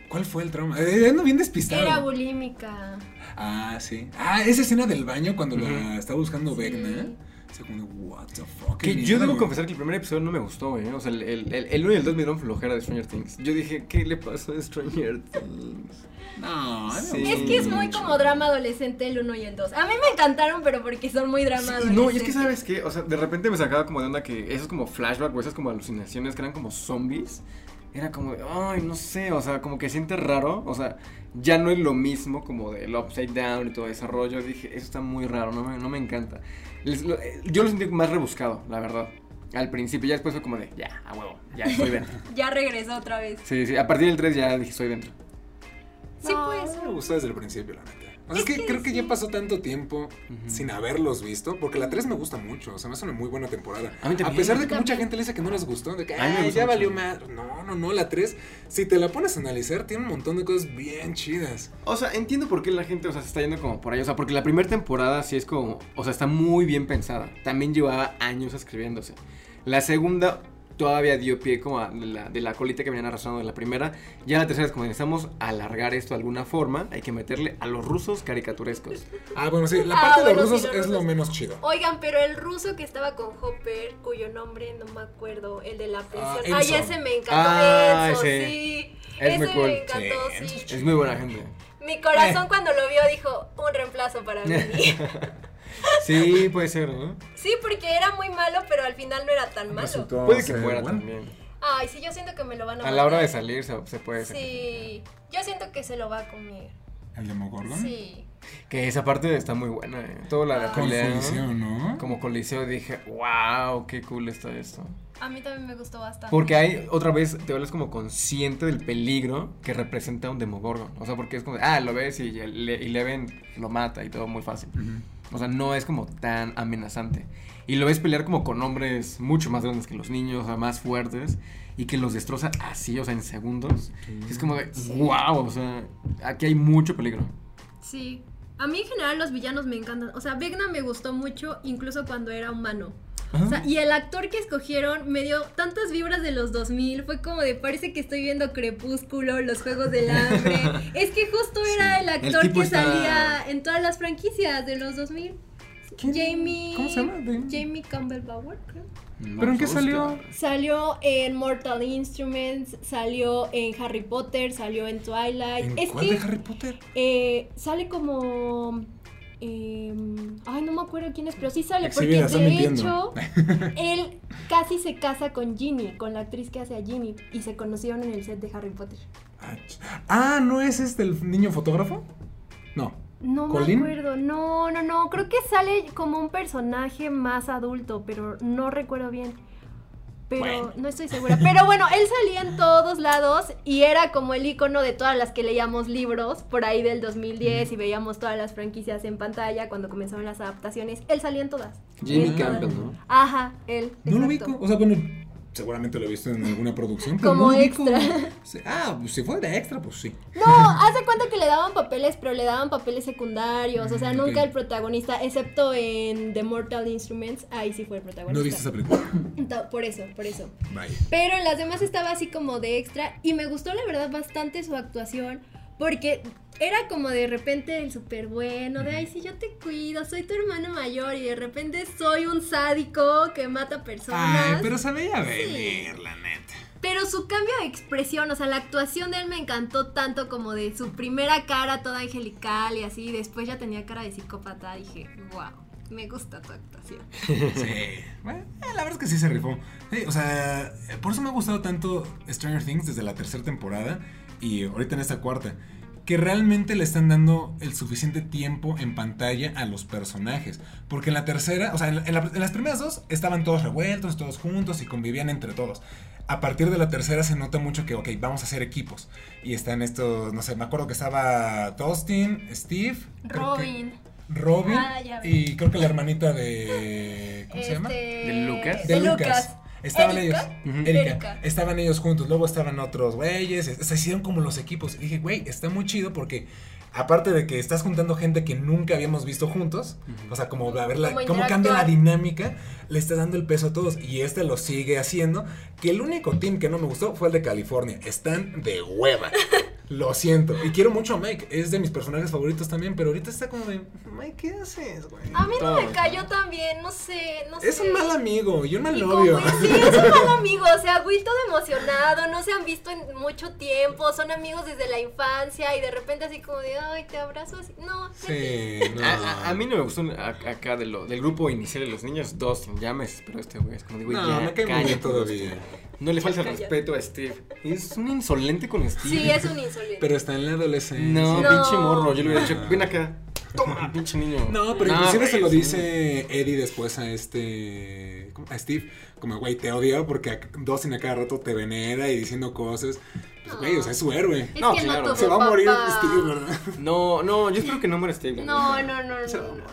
S1: ¿Cuál fue el trauma? Eh, ando bien despistado.
S3: Era bulímica.
S1: Ah, sí. Ah, esa escena del baño cuando
S2: Ujú.
S1: la está buscando
S3: Sí.
S1: Vecna. O sea, como, what the fuck. ¿Qué
S2: Que yo
S1: mierda,
S2: debo
S1: güey?
S2: confesar que el primer episodio no me gustó, güey. O sea, el 1 el, el, el uno y el 2 me dieron flojera de Stranger Things. Yo dije, ¿qué le pasó a Stranger Things?
S1: No, a mí me
S2: Sí.
S1: gustó
S3: Es que es muy
S1: mucho.
S3: como drama adolescente el 1 y el 2. A mí me encantaron, pero porque son muy drama
S2: Sí,
S3: adolescente.
S2: no, y es que, ¿sabes qué? O sea, de repente me sacaba como de onda que esos como flashback o esas como alucinaciones que eran como zombies. Era como de, ay, no sé, o sea, como que siente raro. O sea, ya no es lo mismo como del upside down y todo ese rollo. Dije, eso está muy raro, no me, no me encanta. Les- lo- eh, yo lo sentí más rebuscado, la verdad. Al principio, ya después fue como de, ya, a huevo, ya estoy dentro.
S3: Ya regresó otra vez.
S2: sí, sí, a partir del 3 ya dije, estoy dentro.
S3: Sí,
S1: No,
S3: pues.
S1: Me gustó desde el principio, la neta. O sea, es,
S3: Es
S1: que,
S3: que
S1: creo que ya
S3: sí.
S1: pasó tanto tiempo
S2: Ujú.
S1: sin haberlos visto, porque la 3 me gusta mucho, o sea, me hace una muy buena temporada.
S2: A mí también.
S1: pesar de que
S3: También.
S1: mucha gente le dice que no les gustó, de que
S2: A mí me
S1: "Ay,
S2: gustó
S1: ya
S2: mucho".
S1: valió más. No, no, no, la 3, si te la pones a analizar, tiene un montón de cosas bien chidas.
S2: O sea, entiendo por qué la gente, o sea, se está yendo como por ahí. O sea, porque la primera temporada sí es como, o sea, está muy bien pensada. También llevaba años escribiéndose. La segunda todavía dio pie como a la, de la colita que venían arrastrando de la primera. Ya la tercera es como necesitamos alargar esto de alguna forma. Hay que meterle a los rusos caricaturescos.
S1: Ah, bueno, sí, la
S3: Ah,
S1: parte de
S3: bueno,
S1: los
S3: sí,
S1: rusos
S3: los
S1: es lo
S3: rusos. Oh,
S1: menos chido.
S3: Oigan, pero el ruso que estaba con Hopper, cuyo nombre no me acuerdo, el de la
S1: Ah,
S3: prisión. Ay,
S1: Enzo.
S3: ese me encantó.
S2: Ah,
S3: Enzo,
S2: ese.
S3: sí.
S2: Es
S3: ese
S2: muy cool.
S3: me encantó,
S1: Sí,
S3: sí.
S2: Es muy Eh. buena gente.
S3: Mi corazón cuando lo vio dijo, un reemplazo para mí.
S2: Sí, puede ser, ¿no?
S3: sí, porque era muy malo, pero al final no era tan malo.
S1: Resultó
S2: Puede que
S1: ser
S2: fuera
S1: bueno.
S2: también.
S3: Ay, sí, yo siento que me lo van a
S2: A la hora de
S3: matar.
S2: salir se, se puede ser.
S3: eh. Sí, yo siento que se lo va a comer.
S1: ¿El Demogorgon?
S3: Sí.
S2: Que esa parte está muy buena, ¿eh? Toda la, la
S3: Ah.
S1: Con
S2: pelea, ¿no?
S1: función, ¿no?
S2: Como coliseo dije, wow, qué cool está esto.
S3: A mí también me gustó bastante.
S2: Porque hay, otra vez, te vuelves como consciente del peligro que representa un demogorgon. O sea, porque es como, ah, lo ves y, le, y Leven lo mata y todo muy fácil.
S1: Ujú.
S2: O sea, no es como tan amenazante. Y lo ves pelear como con hombres mucho más grandes que los niños, o sea, más fuertes, y que los destroza así, o sea, en segundos. Es como de, wow, o sea, aquí hay mucho peligro.
S3: Sí. A mí en general los villanos me encantan. O sea, Vegna me gustó mucho incluso cuando era humano. O sea, y el actor que escogieron me dio tantas vibras de los 2000. Fue como de parece que estoy viendo Crepúsculo, Los Juegos del Hambre. es que justo era
S2: Sí. El
S3: el actor
S2: tipo
S3: que
S2: está-
S3: salía en todas las franquicias de los 2000.
S1: ¿Quién?
S3: Jamie.
S1: ¿Cómo se llama? De-
S3: Jamie Campbell Bauer, creo.
S1: ¿Pero en qué salió?
S3: Salió en Mortal Instruments, salió en Harry Potter, salió en Twilight.
S1: ¿En
S3: es
S1: cuál
S3: que
S1: de Harry Potter?
S3: eh, sale como. eh, ay, no me acuerdo quién es, pero sí sale,
S1: Sí,
S3: porque
S1: mira,
S3: de
S1: está mintiendo.
S3: hecho él casi se casa con Ginny, con la actriz que hace a Ginny, y se conocieron en el set de Harry Potter.
S1: Ah, ch- Ah, ¿no es este el niño fotógrafo? No.
S3: No
S1: ¿Colin?
S3: me acuerdo, no, no, no, creo que sale como un personaje más adulto, pero no recuerdo bien. Pero
S1: Bueno.
S3: no estoy segura. Pero bueno, él salía en todos lados y era como el icono de todas las que leíamos libros por ahí del 2010
S1: Mm.
S3: y veíamos todas las franquicias en pantalla cuando comenzaron las adaptaciones. Él salía en todas.
S2: Jamie
S3: Ah.
S2: Campbell, ¿no?
S3: Ajá, él.
S1: No lo
S3: exacto.
S1: ubico. O sea, bueno, seguramente lo he visto en alguna producción. Pero
S3: Como
S1: no lo ubico.
S3: extra.
S1: Sí, Ah, pues si fuera extra, pues sí.
S3: No, hace cuenta que le daban papeles, pero le daban papeles secundarios. O sea,
S1: Mm,
S3: nunca
S1: ok.
S3: el protagonista, excepto en The Mortal Instruments. Ahí sí fue el protagonista.
S1: No he visto esa película.
S3: Ta- Por eso, por eso.
S1: Vaya.
S3: Pero en las demás estaba así como de extra y me gustó la verdad bastante su actuación porque era como de repente el súper bueno, de ay, sí, yo te cuido, soy tu hermano mayor y de repente soy un sádico que mata personas.
S1: Ay, pero se veía venir,
S3: venir,
S1: la neta.
S3: Pero su cambio de expresión, o sea, la actuación de él me encantó tanto como de su primera cara toda angelical y así, después ya tenía cara de psicópata, dije, wow, me gusta tu actuación.
S1: Sí. Bueno, eh, la verdad es que sí se rifó. Sí, o sea, eh, por eso me ha gustado tanto Stranger Things desde la tercera temporada y ahorita en esta cuarta. Que realmente le están dando el suficiente tiempo en pantalla a los personajes. Porque en la tercera, o sea, en, la- en la- en las primeras dos estaban todos revueltos, todos juntos y convivían entre todos. A partir de la tercera se nota mucho que, ok, vamos a hacer equipos. Y están estos, no sé, me acuerdo que estaba Dustin, Steve, creo que-
S3: Robin.
S1: Robin
S3: Ah, ya vi.
S1: y creo que la hermanita de. ¿Cómo se llama?
S3: este,
S2: ¿De Lucas?
S1: De
S3: De
S1: Lucas.
S3: Lucas.
S1: Estaban
S3: Erika.
S1: ellos.
S2: Ujú.
S1: Erika.
S3: Erika.
S1: Estaban ellos juntos, luego estaban otros güeyes, es- se hicieron como los equipos. Y dije, güey, está muy chido porque aparte de que estás juntando gente que nunca habíamos visto juntos,
S2: Ujú.
S1: o sea, como a ver la-
S3: Como
S1: cómo cambia la
S3: interactuar.
S1: dinámica, le estás dando el peso a todos y este lo sigue haciendo. Que el único team que no me gustó fue el de California. Están de hueva. Lo siento. Y quiero mucho a Mike. Es de mis personajes favoritos también. Pero ahorita está como de. Mike, ¿qué haces, güey?
S3: A mí no
S2: Todo.
S3: me cayó tan bien, no sé, no sé.
S1: Es un mal amigo y un mal
S3: Y como
S1: novio.
S3: Will- sí, es un mal amigo, o sea, Will todo emocionado, no se han visto en mucho tiempo, son amigos desde la infancia y de repente así como de, ay, te abrazo así. No, vete.
S1: Sí, no.
S2: A, a- a mí no me gustó a- acá de lo- del grupo inicial de los niños, Dustin. Ya me desesperó este güey. Es como digo,
S1: No,
S2: ya,
S1: me cae muy
S2: cállate,
S1: bien todavía.
S2: Dustin. No le
S3: Ya,
S2: falta el
S3: cállate.
S2: respeto a Steve. Es un insolente con Steve.
S3: sí, es un insolente.
S1: Pero está en la adolescencia.
S2: No,
S3: No.
S2: pinche morro. Yo le hubiera dicho,
S1: No.
S2: ven acá. Toma, pinche niño.
S1: No, pero inclusive
S2: güey,
S1: se lo
S2: sí.
S1: dice Eddie después a este. ¿cómo? A Steve. Como, güey, te odio porque a- Dawson a cada rato te venera y diciendo cosas. Pues, güey, o sea, es su héroe.
S3: es
S2: no,
S3: que
S2: claro,
S3: no tuvo
S1: Se va a morir
S3: papá.
S1: Steve, ¿verdad?
S2: No, no, yo espero que no muera Steve. la
S3: No,
S2: neta.
S3: no, no, no. no.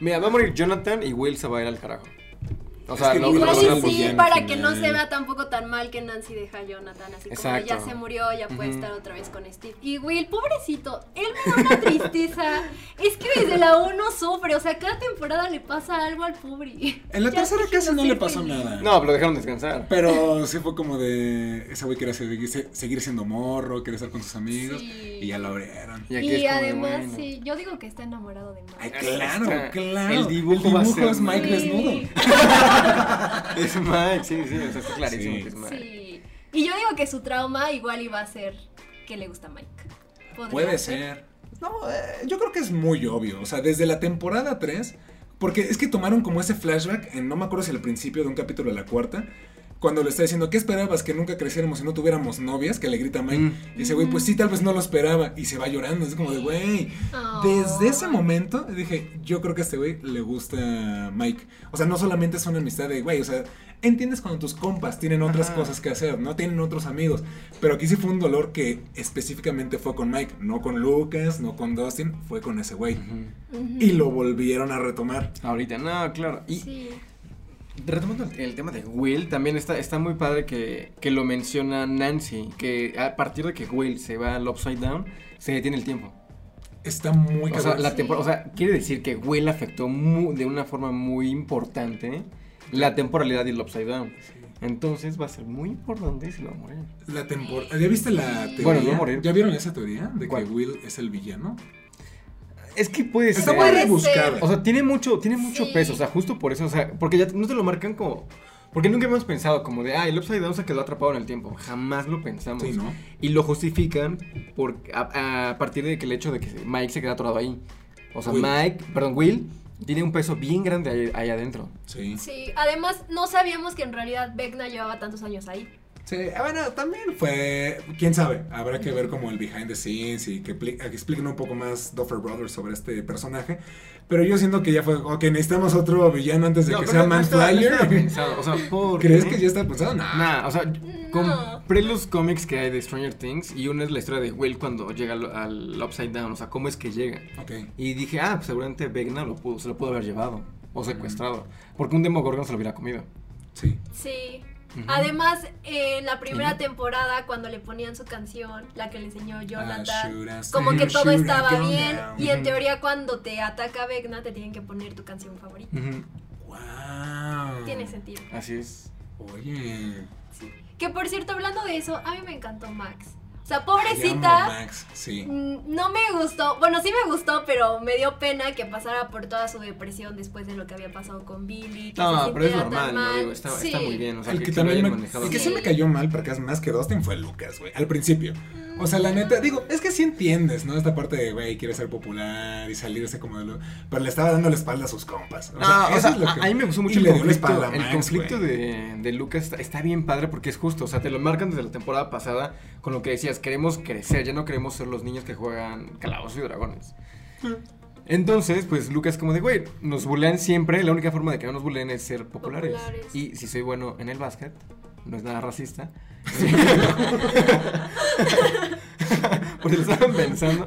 S2: Mira, va a morir Jonathan y Will se va a ir al carajo. O
S1: Es
S2: sea,
S1: que
S2: lo,
S1: Will
S2: lo
S3: Igual
S1: pero
S2: van a
S3: y
S1: muy
S3: sí,
S1: bien
S3: para
S1: al
S3: que no se
S1: final.
S3: vea tampoco tan mal que Nancy deja a Jonathan, así como de, ya
S2: Exacto.
S3: se murió, ya puede
S2: Ujú.
S3: estar otra vez con Steve. Y Will, pobrecito, él me da una tristeza. es que desde la 1 sufre, o sea, cada temporada le pasa algo al pobre.
S1: En la
S3: Ya pues,
S1: tercera
S3: déjenlo
S1: casi no
S3: ser
S1: le pasó
S3: feliz.
S1: nada.
S2: No, pero dejaron descansar.
S1: Pero sí fue como de. Ese güey quería seguir, seguir siendo morro, quería estar con sus amigos.
S3: Sí.
S1: Y ya lo abrieron.
S2: Y, aquí
S3: Y
S2: es como de,
S3: además,
S2: bueno.
S3: sí, yo digo que está enamorado de
S1: Ay,
S3: Mike.
S1: claro,
S2: Está-
S1: claro.
S2: el dibujo va a ser-
S1: es Mike
S3: Sí.
S1: desnudo.
S2: Es Mike, sí, sí, o sea, está clarísimo
S1: Sí.
S2: que es Mike.
S3: Sí. Y yo digo que su trauma igual iba a ser que le gusta Mike. Podría
S1: Puede ser. No, eh, yo creo que es muy obvio. O sea, desde la temporada 3, porque es que tomaron como ese flashback, en, no me acuerdo si al principio de un capítulo de la cuarta, cuando le está diciendo, ¿qué esperabas? Que nunca creciéramos y no tuviéramos novias, que le grita Mike.
S2: Mm.
S1: Y dice, güey, pues sí, tal vez no lo esperaba. Y se va llorando. Es como de, güey.
S3: Ay.
S1: Desde ese momento dije, yo creo que a este güey le gusta Mike. O sea, no solamente es una amistad de, güey, o sea, entiendes cuando tus compas tienen otras
S2: Ajá.
S1: cosas que hacer, no tienen otros amigos. Pero aquí sí fue un dolor que específicamente fue con Mike, no con Lucas, no con Dustin, fue con ese güey.
S2: Ujú.
S3: Ujú.
S1: Y lo volvieron a retomar.
S2: Ahorita, no, claro. Y
S3: Sí.
S2: retomando el, el tema de Will, también está, está muy padre que, que lo menciona Nancy, que a partir de que Will se va al Upside Down, se detiene el tiempo.
S1: Está muy
S2: O sea,
S1: cabrón.
S2: la
S3: Sí.
S2: tempor- o sea, quiere decir que Will afectó mu- de una forma muy importante la temporalidad del Upside Down. Entonces va a ser muy importante si lo va a morir.
S1: La temporada. ¿Ya viste la teoría?
S2: Bueno, no morir.
S1: ¿Ya vieron esa teoría de
S2: ¿Cuál?
S1: que Will es el villano?
S2: Es que puede
S1: Está
S2: ser.
S1: muy
S3: Puede ser.
S1: rebuscada.
S2: O sea, tiene mucho, tiene mucho
S3: Sí.
S2: peso. O sea, justo por eso, o sea, porque ya no te lo marcan como. Porque nunca habíamos pensado como de, ah, el Upside Down se quedó atrapado en el tiempo. Jamás lo pensamos.
S1: sí, ¿no?
S2: Y lo justifican por, a, a partir de que el hecho de que Mike se queda atorado ahí. O sea,
S1: Will.
S2: Mike, perdón, Will tiene un peso bien grande ahí, ahí adentro.
S1: Sí.
S3: Sí, además no sabíamos que en realidad Vecna llevaba tantos años ahí.
S1: Sí, ah, bueno, también fue, quién sabe, habrá que ver como el behind the scenes y que, pli- que expliquen un poco más Duffer Brothers sobre este personaje. Pero yo siento que ya fue, ok, necesitamos otro villano antes de que sea Manflyer.
S2: o sea, ¿por
S1: ¿Crees
S2: qué?
S1: que ya está pensado? No.
S2: Nah, o sea,
S3: No.
S2: compré los cómics que hay de Stranger Things y una es la historia de Will cuando llega al, al Upside Down, o sea, cómo es que llega.
S1: Ok.
S2: Y dije, ah, pues seguramente Vegna lo pudo, se lo pudo haber llevado o secuestrado, porque un Demogorgon se lo hubiera comido.
S1: Sí.
S3: Sí.
S2: Ujú.
S3: Además, en la primera
S2: Ujú.
S3: temporada, cuando le ponían su canción, la que le enseñó
S1: Ah,
S3: Jonathan,
S1: should I
S3: como
S1: stay
S3: que
S1: or
S3: todo
S1: should I
S3: estaba
S1: go
S3: bien.
S1: now?
S3: Y en
S2: Ujú.
S3: teoría, cuando te ataca Vecna, te tienen que poner tu canción favorita.
S2: Ujú,
S1: Wow.
S3: Tiene sentido.
S2: Así es.
S1: Oye.
S3: Sí. Que por cierto, hablando de eso, a mí me encantó Max. O sea,
S1: te amo,
S3: pobrecita.
S1: Max, sí.
S3: mm, No me gustó, bueno sí me gustó, pero me dio pena que pasara por toda su depresión después de lo que había pasado con Billy. que
S2: No,
S3: se
S2: pero es
S3: sintiera
S2: normal,
S3: tan
S2: ¿no?
S3: mal.
S2: Digo, está,
S3: Sí.
S2: está muy bien. O sea,
S1: el
S2: que,
S1: que,
S2: que lo
S1: también
S2: hayan
S1: me,
S2: manejado
S1: el que
S2: bien.
S1: se me cayó mal, porque es más que Dustin, fue Lucas, güey, al principio. O sea, la neta, digo, es que sí entiendes, ¿no? Esta parte de, güey, quiere ser popular y salirse como de lo... Pero le estaba dando la espalda a sus compas. O
S2: No,
S1: sea, eso
S2: o sea,
S1: es lo
S2: a-
S1: que-
S2: a mí me gustó
S1: y
S2: mucho el
S1: le dio la
S2: conflicto,
S1: espalda a
S2: el
S1: Max,
S2: conflicto
S1: güey.
S2: de, de Lucas está, está bien padre porque es justo, o sea, te lo marcan desde la temporada pasada con lo que decías, queremos crecer, ya no queremos ser los niños que juegan calabozos y dragones. Entonces, pues Lucas como de, güey, nos bulean siempre, la única forma de que no nos buleen es ser populares.
S3: Populares.
S2: Y si soy bueno en el básquet, no es nada racista. Porque lo estaban pensando.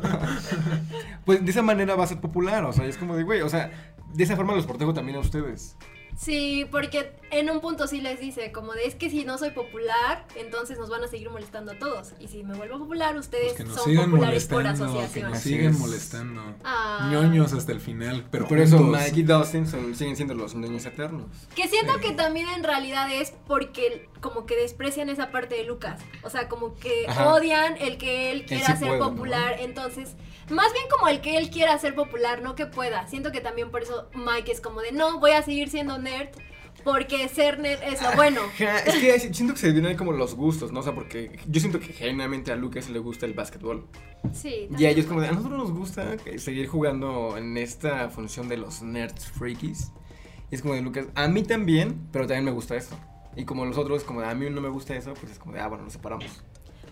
S2: Pues de esa manera va a ser popular, o sea, y es como de, güey, o sea, de esa forma los protejo también a ustedes.
S3: Sí, porque en un punto sí les dice, como de es que si no soy popular, entonces nos van a seguir molestando a todos. Y si me vuelvo popular, ustedes
S1: Pues que nos
S3: son
S1: sigan
S3: populares por
S1: molestando, que
S3: asociación.
S1: nos
S2: Así
S1: sigan
S2: es.
S1: molestando.
S3: Ah.
S1: Ñoños hasta el final, pero
S2: Por eso
S1: juntos.
S2: Mike y Dustin son- siguen siendo los niños eternos.
S3: Que siento
S1: Sí.
S3: que también en realidad es porque como que desprecian esa parte de Lucas. O sea, como que
S2: Ajá.
S3: odian el que él quiera
S2: sí
S3: ser
S2: puede, ¿no?
S3: popular. Entonces, más bien como el que él quiera ser popular, no que pueda. Siento que también por eso Mike es como de, no, voy a seguir siendo nerd porque ser nerd es
S1: Ah.
S3: lo bueno.
S2: Ja, Es que hay- siento que se vienen como los gustos, ¿no? O sea, porque yo siento que genuinamente a Lucas le gusta el básquetbol.
S3: Sí.
S2: Y a ellos como de, a nosotros nos gusta que- seguir jugando en esta función de los nerds freakies. Y es como de, Lucas, a mí también, pero también me gusta esto. Y como los otros, como de, a mí no me gusta eso, pues es como de, ah, bueno, nos separamos.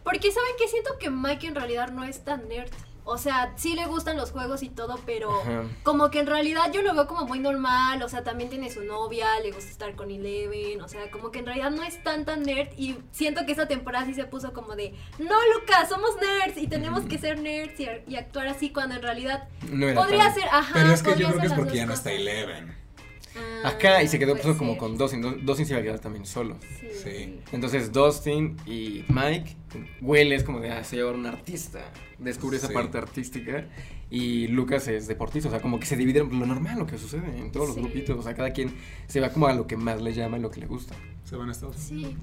S3: Porque saben que siento que Mike en realidad no es tan nerd. O sea, sí le gustan los juegos y todo, pero
S2: Ajá.
S3: como que en realidad yo lo veo como muy normal. O sea, también tiene su novia, le gusta estar con Eleven. O sea, como que en realidad no es tan tan nerd. Y siento que esta temporada sí se puso como de, no, Lucas, somos nerds y tenemos
S2: Ujú.
S3: que ser nerds y, y actuar así cuando en realidad
S2: No era
S3: podría
S2: tan-
S3: ser, ajá.
S1: Pero es que yo
S3: podría
S1: creo
S3: ser
S1: que es
S3: las
S1: porque
S3: dos
S1: ya no está
S3: cosas.
S1: Eleven.
S3: Ah,
S2: Acá, y se quedó
S3: puede
S2: pues, como
S3: ser.
S2: con Dustin. Du- Dustin se iba a quedar también solo.
S3: Sí.
S1: Sí.
S2: Entonces Dustin y Mike, Will es como de, ah, soy ahora un artista. Descubre esa
S1: Sí.
S2: parte artística. Y Lucas es deportista. O sea, como que se dividen lo normal, lo que sucede en todos
S3: Sí.
S2: los grupitos. O sea, cada quien se va como a lo que más le llama y lo que le gusta.
S1: Se van a Estados Unidos.
S3: Sí.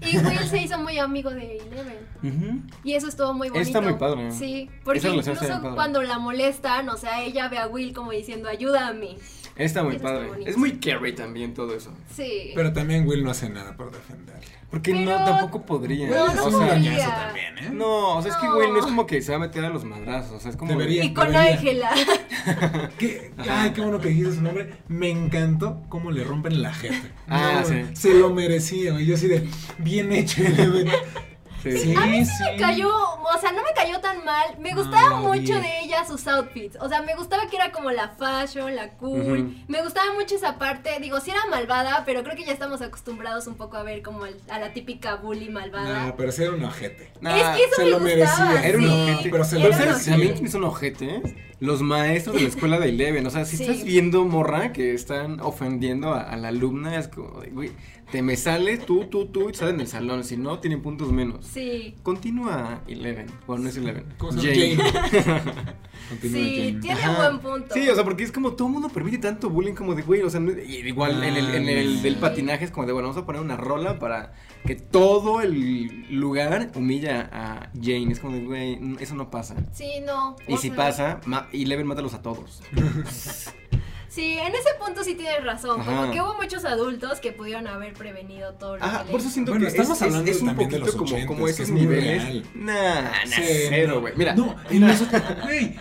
S3: Y Will se hizo muy amigo de Eleven. Y eso estuvo muy bonito.
S2: Está muy padre.
S3: Sí, porque
S2: Esa relación
S3: incluso
S2: está bien padre.
S3: cuando la molestan, o sea, ella ve a Will como diciendo, ayúdame.
S2: Está muy
S3: Eso está
S2: padre.
S3: bonito.
S2: es muy Carrie también todo eso.
S3: Sí.
S1: Pero también Will no hace nada por defenderle.
S2: Porque
S3: Pero-
S2: no, tampoco podría. ¿eh?
S3: No,
S1: Will
S3: no
S1: es
S2: o
S1: un
S2: sea,
S3: podría.
S1: payaso también, ¿eh?
S2: no, o sea, es que
S3: No.
S2: güey no es como que se va a meter a los madrazos. O sea, es como.
S1: Debería.
S3: y con
S1: debería.
S3: Ángela.
S1: ¿Qué? Ay, qué bueno que dijiste su nombre. Me encantó cómo le rompen la jefe.
S2: Ah,
S1: No,
S2: sí.
S1: Se lo merecía, güey. Yo así de bien hecho, Eleven.
S2: Sí.
S1: sí.
S3: A mí sí Ah, me cayó, o sea, no me cayó tan mal. Me
S1: No,
S3: gustaba
S1: la
S3: mucho
S1: odié.
S3: de ella sus outfits. O sea, me gustaba que era como la fashion, la cool.
S2: Ujú.
S3: Me gustaba mucho esa parte. Digo, sí era malvada, pero creo que ya estamos acostumbrados un poco a ver como al- a la típica bully malvada.
S1: No, pero sí era un ojete.
S2: Nah,
S3: es que eso
S1: se
S3: me
S1: lo
S3: gustaba.
S1: merecía.
S2: Era un
S3: sí.
S2: ojete,
S1: pero se
S3: Era
S1: lo
S2: Pero
S3: un
S2: sabes,
S1: merecía.
S2: también quiénes son ojetes, ¿eh? los maestros de la escuela de Eleven. O sea, si
S3: Sí.
S2: estás viendo morra que están ofendiendo a, a la alumna, es como, de, güey, te me sale tú, tú, tú y te sale en el salón. Si no, tienen puntos menos.
S3: Sí.
S2: Continúa Eleven. Bueno, no es Eleven.
S1: ¿Cómo se
S2: Jane.
S1: llama? Jane. Continúa,
S3: Sí,
S1: Jane.
S3: tiene
S2: Ajá.
S3: buen punto.
S2: Sí, o sea, porque es como todo el mundo permite tanto bullying como de güey, o sea, no- y igual en el, en el del
S1: Ah.
S3: Sí.
S2: patinaje es como de bueno, vamos a poner una rola para que todo el lugar humilla a Jane, es como de güey, n- eso no pasa.
S3: Sí, no.
S2: Y
S3: o
S2: si
S3: sea,
S2: pasa, ma Eleven mátalos a todos.
S3: Sí, en ese punto sí tienes razón. Como
S2: Ajá.
S3: que hubo muchos adultos que pudieron haber prevenido todo lo
S2: Ajá,
S3: que le-
S2: Ah, por eso siento
S1: Bueno,
S2: que
S1: estamos
S2: es, es-
S1: hablando
S2: es un
S1: también de
S2: poquito
S1: los
S2: como,
S1: 80s,
S2: como
S1: que
S2: esos
S1: es muy real.
S2: niveles. Nah, nah,
S1: Sí,
S2: cero,
S1: no.
S2: güey. Mira,
S1: No, y nosotros, güey,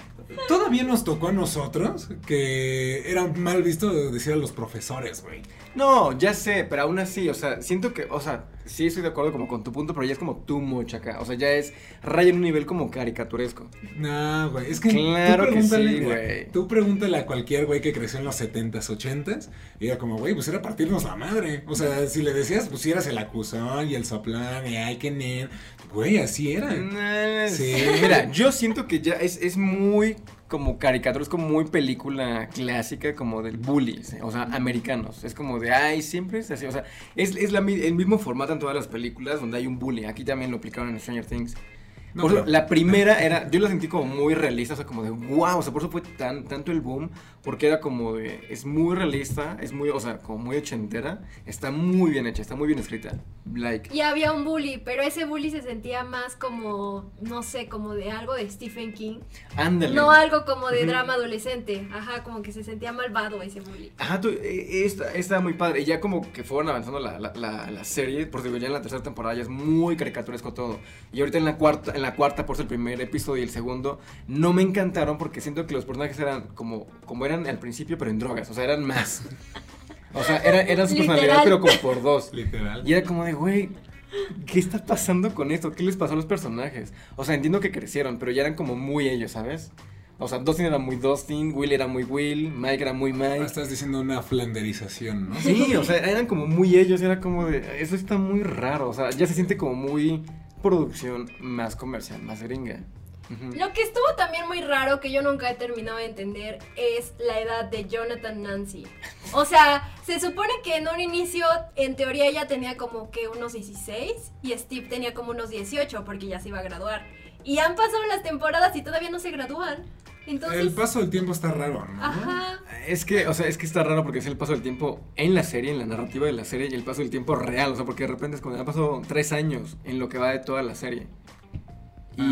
S1: todavía nos tocó a nosotros que era mal visto decir a los profesores, güey.
S2: No, ya sé, pero aún así, o sea, siento que, o sea, sí estoy de acuerdo como con tu punto, pero ya es como too much acá. O sea, ya es raya en un nivel como caricaturesco.
S1: No, güey, es que
S2: Claro que
S1: pregúntale,
S2: sí,
S1: mira,
S2: güey.
S1: Tú pregúntale a cualquier güey que creció en los 70s, 80s y era como, güey, pues era partirnos la madre. O sea, si le decías, pues si eras el acusón y el soplán y ay, qué nen. Güey, así era.
S2: Mm, Nah,
S1: Sí.
S2: Mira, yo siento que ya es, es muy como caricatura, es como muy película clásica, como del bullies, eh, o sea, americanos. Es como de, ay, siempre es así, o sea, es, es la mi- el mismo formato en todas las películas donde hay un bully. Aquí también lo aplicaron en Stranger Things.
S1: No,
S2: Por eso,
S1: pero-
S2: la primera era, yo la sentí como muy realista, o sea, como de wow, o sea, por eso fue tan, tanto el boom, porque era como de, es muy realista, es muy, o sea, como muy ochentera, está muy bien hecha, está muy bien escrita, like.
S3: Y había un bully, pero ese bully se sentía más como, no sé, como de algo de Stephen King.
S2: Ándale.
S3: No algo como de
S2: Ujú.
S3: drama adolescente. Ajá, como que se sentía malvado ese bully.
S2: Ajá, tú, eh, esta, esta muy padre. Y ya como que fueron avanzando la, la, la, la serie, por digo, ya en la tercera temporada ya es muy caricaturesco todo. Y ahorita en la cuarta, en la cuarta, por ser el primer episodio y el segundo, no me encantaron porque siento que los personajes eran como, como eran al principio, pero en drogas. O sea, eran más. O sea, era, eran su personalidad,
S3: Literal.
S2: pero como por dos.
S1: Literal.
S2: Y era como de, güey, ¿qué está pasando con esto? ¿Qué les pasó a los personajes? O sea, entiendo que crecieron, pero ya eran como muy ellos, ¿sabes? O sea, Dustin era muy Dustin, Will era muy Will, Mike era muy Mike.
S1: Ah, Estás diciendo una flanderización, ¿no?
S2: Sí, o sea, eran como muy ellos, era como de, eso está muy raro, o sea, ya se siente como muy producción más comercial, más gringa. Ujú.
S3: Lo que estuvo también muy raro, que yo nunca he terminado de entender, es la edad de Jonathan Nancy. O sea, Se supone que en un inicio, en teoría, ella tenía como que unos 16 y Steve tenía como unos 18 porque ya se iba a graduar. Y han pasado las temporadas y todavía no se gradúan. Entonces,
S1: El paso del tiempo está raro, ¿no?
S3: ajá.
S2: Es que, o sea, es que está raro porque es el paso del tiempo en la serie, en la narrativa de la serie y el paso del tiempo real. O sea, porque de repente es cuando han pasado tres años en lo que va de toda la serie.
S3: Ah,
S2: Y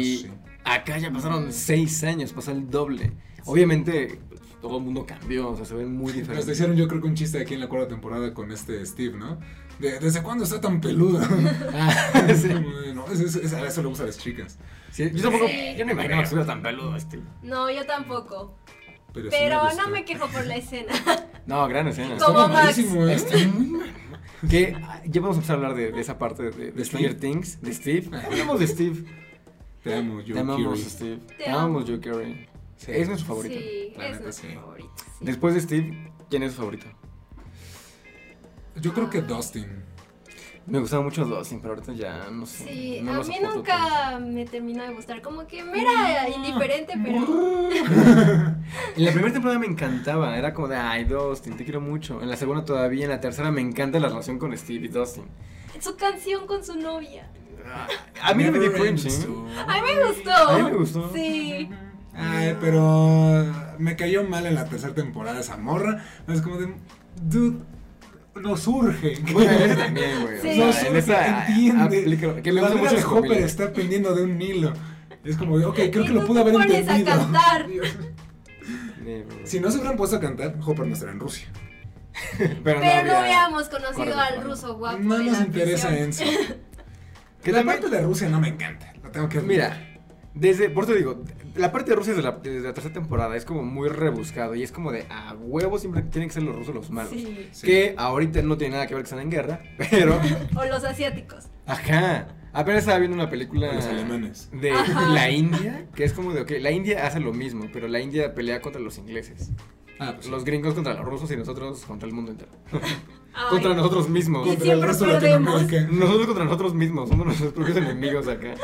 S1: Ah, sí.
S2: acá ya pasaron seis años, pasa el doble. Obviamente, pues, todo el mundo cambió, o sea, se ven muy
S1: Nos
S2: diferentes.
S1: hicieron yo creo que un chiste aquí en la cuarta temporada con este Steve, ¿no? De- ¿Desde cuándo está tan peludo?
S2: Ah, sí.
S1: No, es- es- es- a eso le gusta a las chicas.
S2: Sí, yo tampoco,
S3: Sí.
S2: yo no imaginaba que estuviera tan peludo este.
S3: No, yo tampoco.
S1: Pero, Pues sí
S3: Pero
S1: me
S3: no
S1: gustó.
S3: me quejo por la escena.
S2: No, gran escena.
S1: Está
S3: Como Max.
S1: mamadísimo, ¿eh?
S2: Está muy mal. Este, Que ah, ya vamos a empezar a hablar de, de esa parte de, de
S1: ¿De
S2: Stranger
S1: Steve?
S2: Things, de Steve. Hablamos de Steve.
S1: Te amo, yo,
S2: Te amamos, este,
S1: Kiri.
S2: Steve. Te,
S3: Te
S2: amamos, Joe Carey.
S1: Sí.
S2: Es nuestro favorito.
S3: Sí,
S1: La
S3: es
S1: neta,
S3: nuestro
S1: sí.
S3: favorito. sí.
S2: Después de Steve, ¿quién es su favorito?
S1: Yo creo que Dustin.
S2: Me gustaba mucho Dustin, pero ahorita ya no sé.
S3: Sí,
S2: no
S3: a
S2: lo
S3: mí
S2: soporto
S3: nunca me terminó de gustar. Como que me era
S1: Mm.
S3: indiferente, pero.
S2: tanto. En la primera temporada me encantaba, era como de, ay, Dustin, te quiero mucho. En la segunda todavía, en la tercera me encanta la relación con Steve y Dustin.
S3: Su canción con su novia.
S2: A mí no me dio
S1: Never
S2: cringe,
S1: ends
S2: ¿eh?
S1: to-
S3: A mí me gustó.
S2: A mí me gustó.
S3: Sí.
S1: Ay, pero me cayó mal en la tercera temporada esa morra. Es como de, dude, nos urge.
S2: Bueno, en esa también, güey.
S3: Sí.
S2: O
S1: Nos
S2: sea, en
S1: urge,
S2: esa ah,
S1: entiende.
S2: aplica- que me
S1: La
S2: gusta
S1: vida
S2: mucho
S1: de
S2: el
S1: Hopper
S2: Hopper.
S1: está pendiendo de un hilo. Es como de, ok, creo
S3: Y
S1: que lo
S3: tú
S1: pude
S3: te
S1: haber
S3: pones a
S1: entendido.
S3: cantar.
S2: Eh,
S1: Si no se hubieran puesto a cantar, Hopper no estaría en Rusia.
S2: pero
S3: Pero no
S2: había-
S3: hubiéramos conocido
S2: Correcto,
S3: al
S2: correcto.
S3: ruso guapo.
S1: no
S3: de
S1: nos
S3: pues, la
S1: interesa
S3: prisión.
S1: eso.
S2: Que
S1: la
S2: también- pues,
S1: parte de Rusia no me encanta. La tengo que admitir.
S2: Mira, desde, por eso digo, la parte de Rusia desde la, desde la tercera temporada es como muy rebuscado y es como de a huevo siempre tienen que ser los rusos los malos.
S3: Sí.
S1: Sí.
S2: Que ahorita no tiene nada que ver que están en guerra, pero.
S3: O los asiáticos.
S2: Ajá. Apenas estaba viendo una película.
S1: Los alemanes.
S2: De
S3: Ajá.
S2: la India, que es como de, ok, la India hace lo mismo, pero la India pelea contra los ingleses.
S1: Ah, pues sí.
S2: Los gringos contra los rusos y nosotros contra el mundo entero.
S3: Ay,
S2: Contra nosotros mismos.
S3: Y
S1: Contra el
S3: siempre
S1: resto de
S3: perdemos.
S1: Latinoamérica.
S2: Nosotros contra nosotros mismos, somos nuestros propios enemigos acá.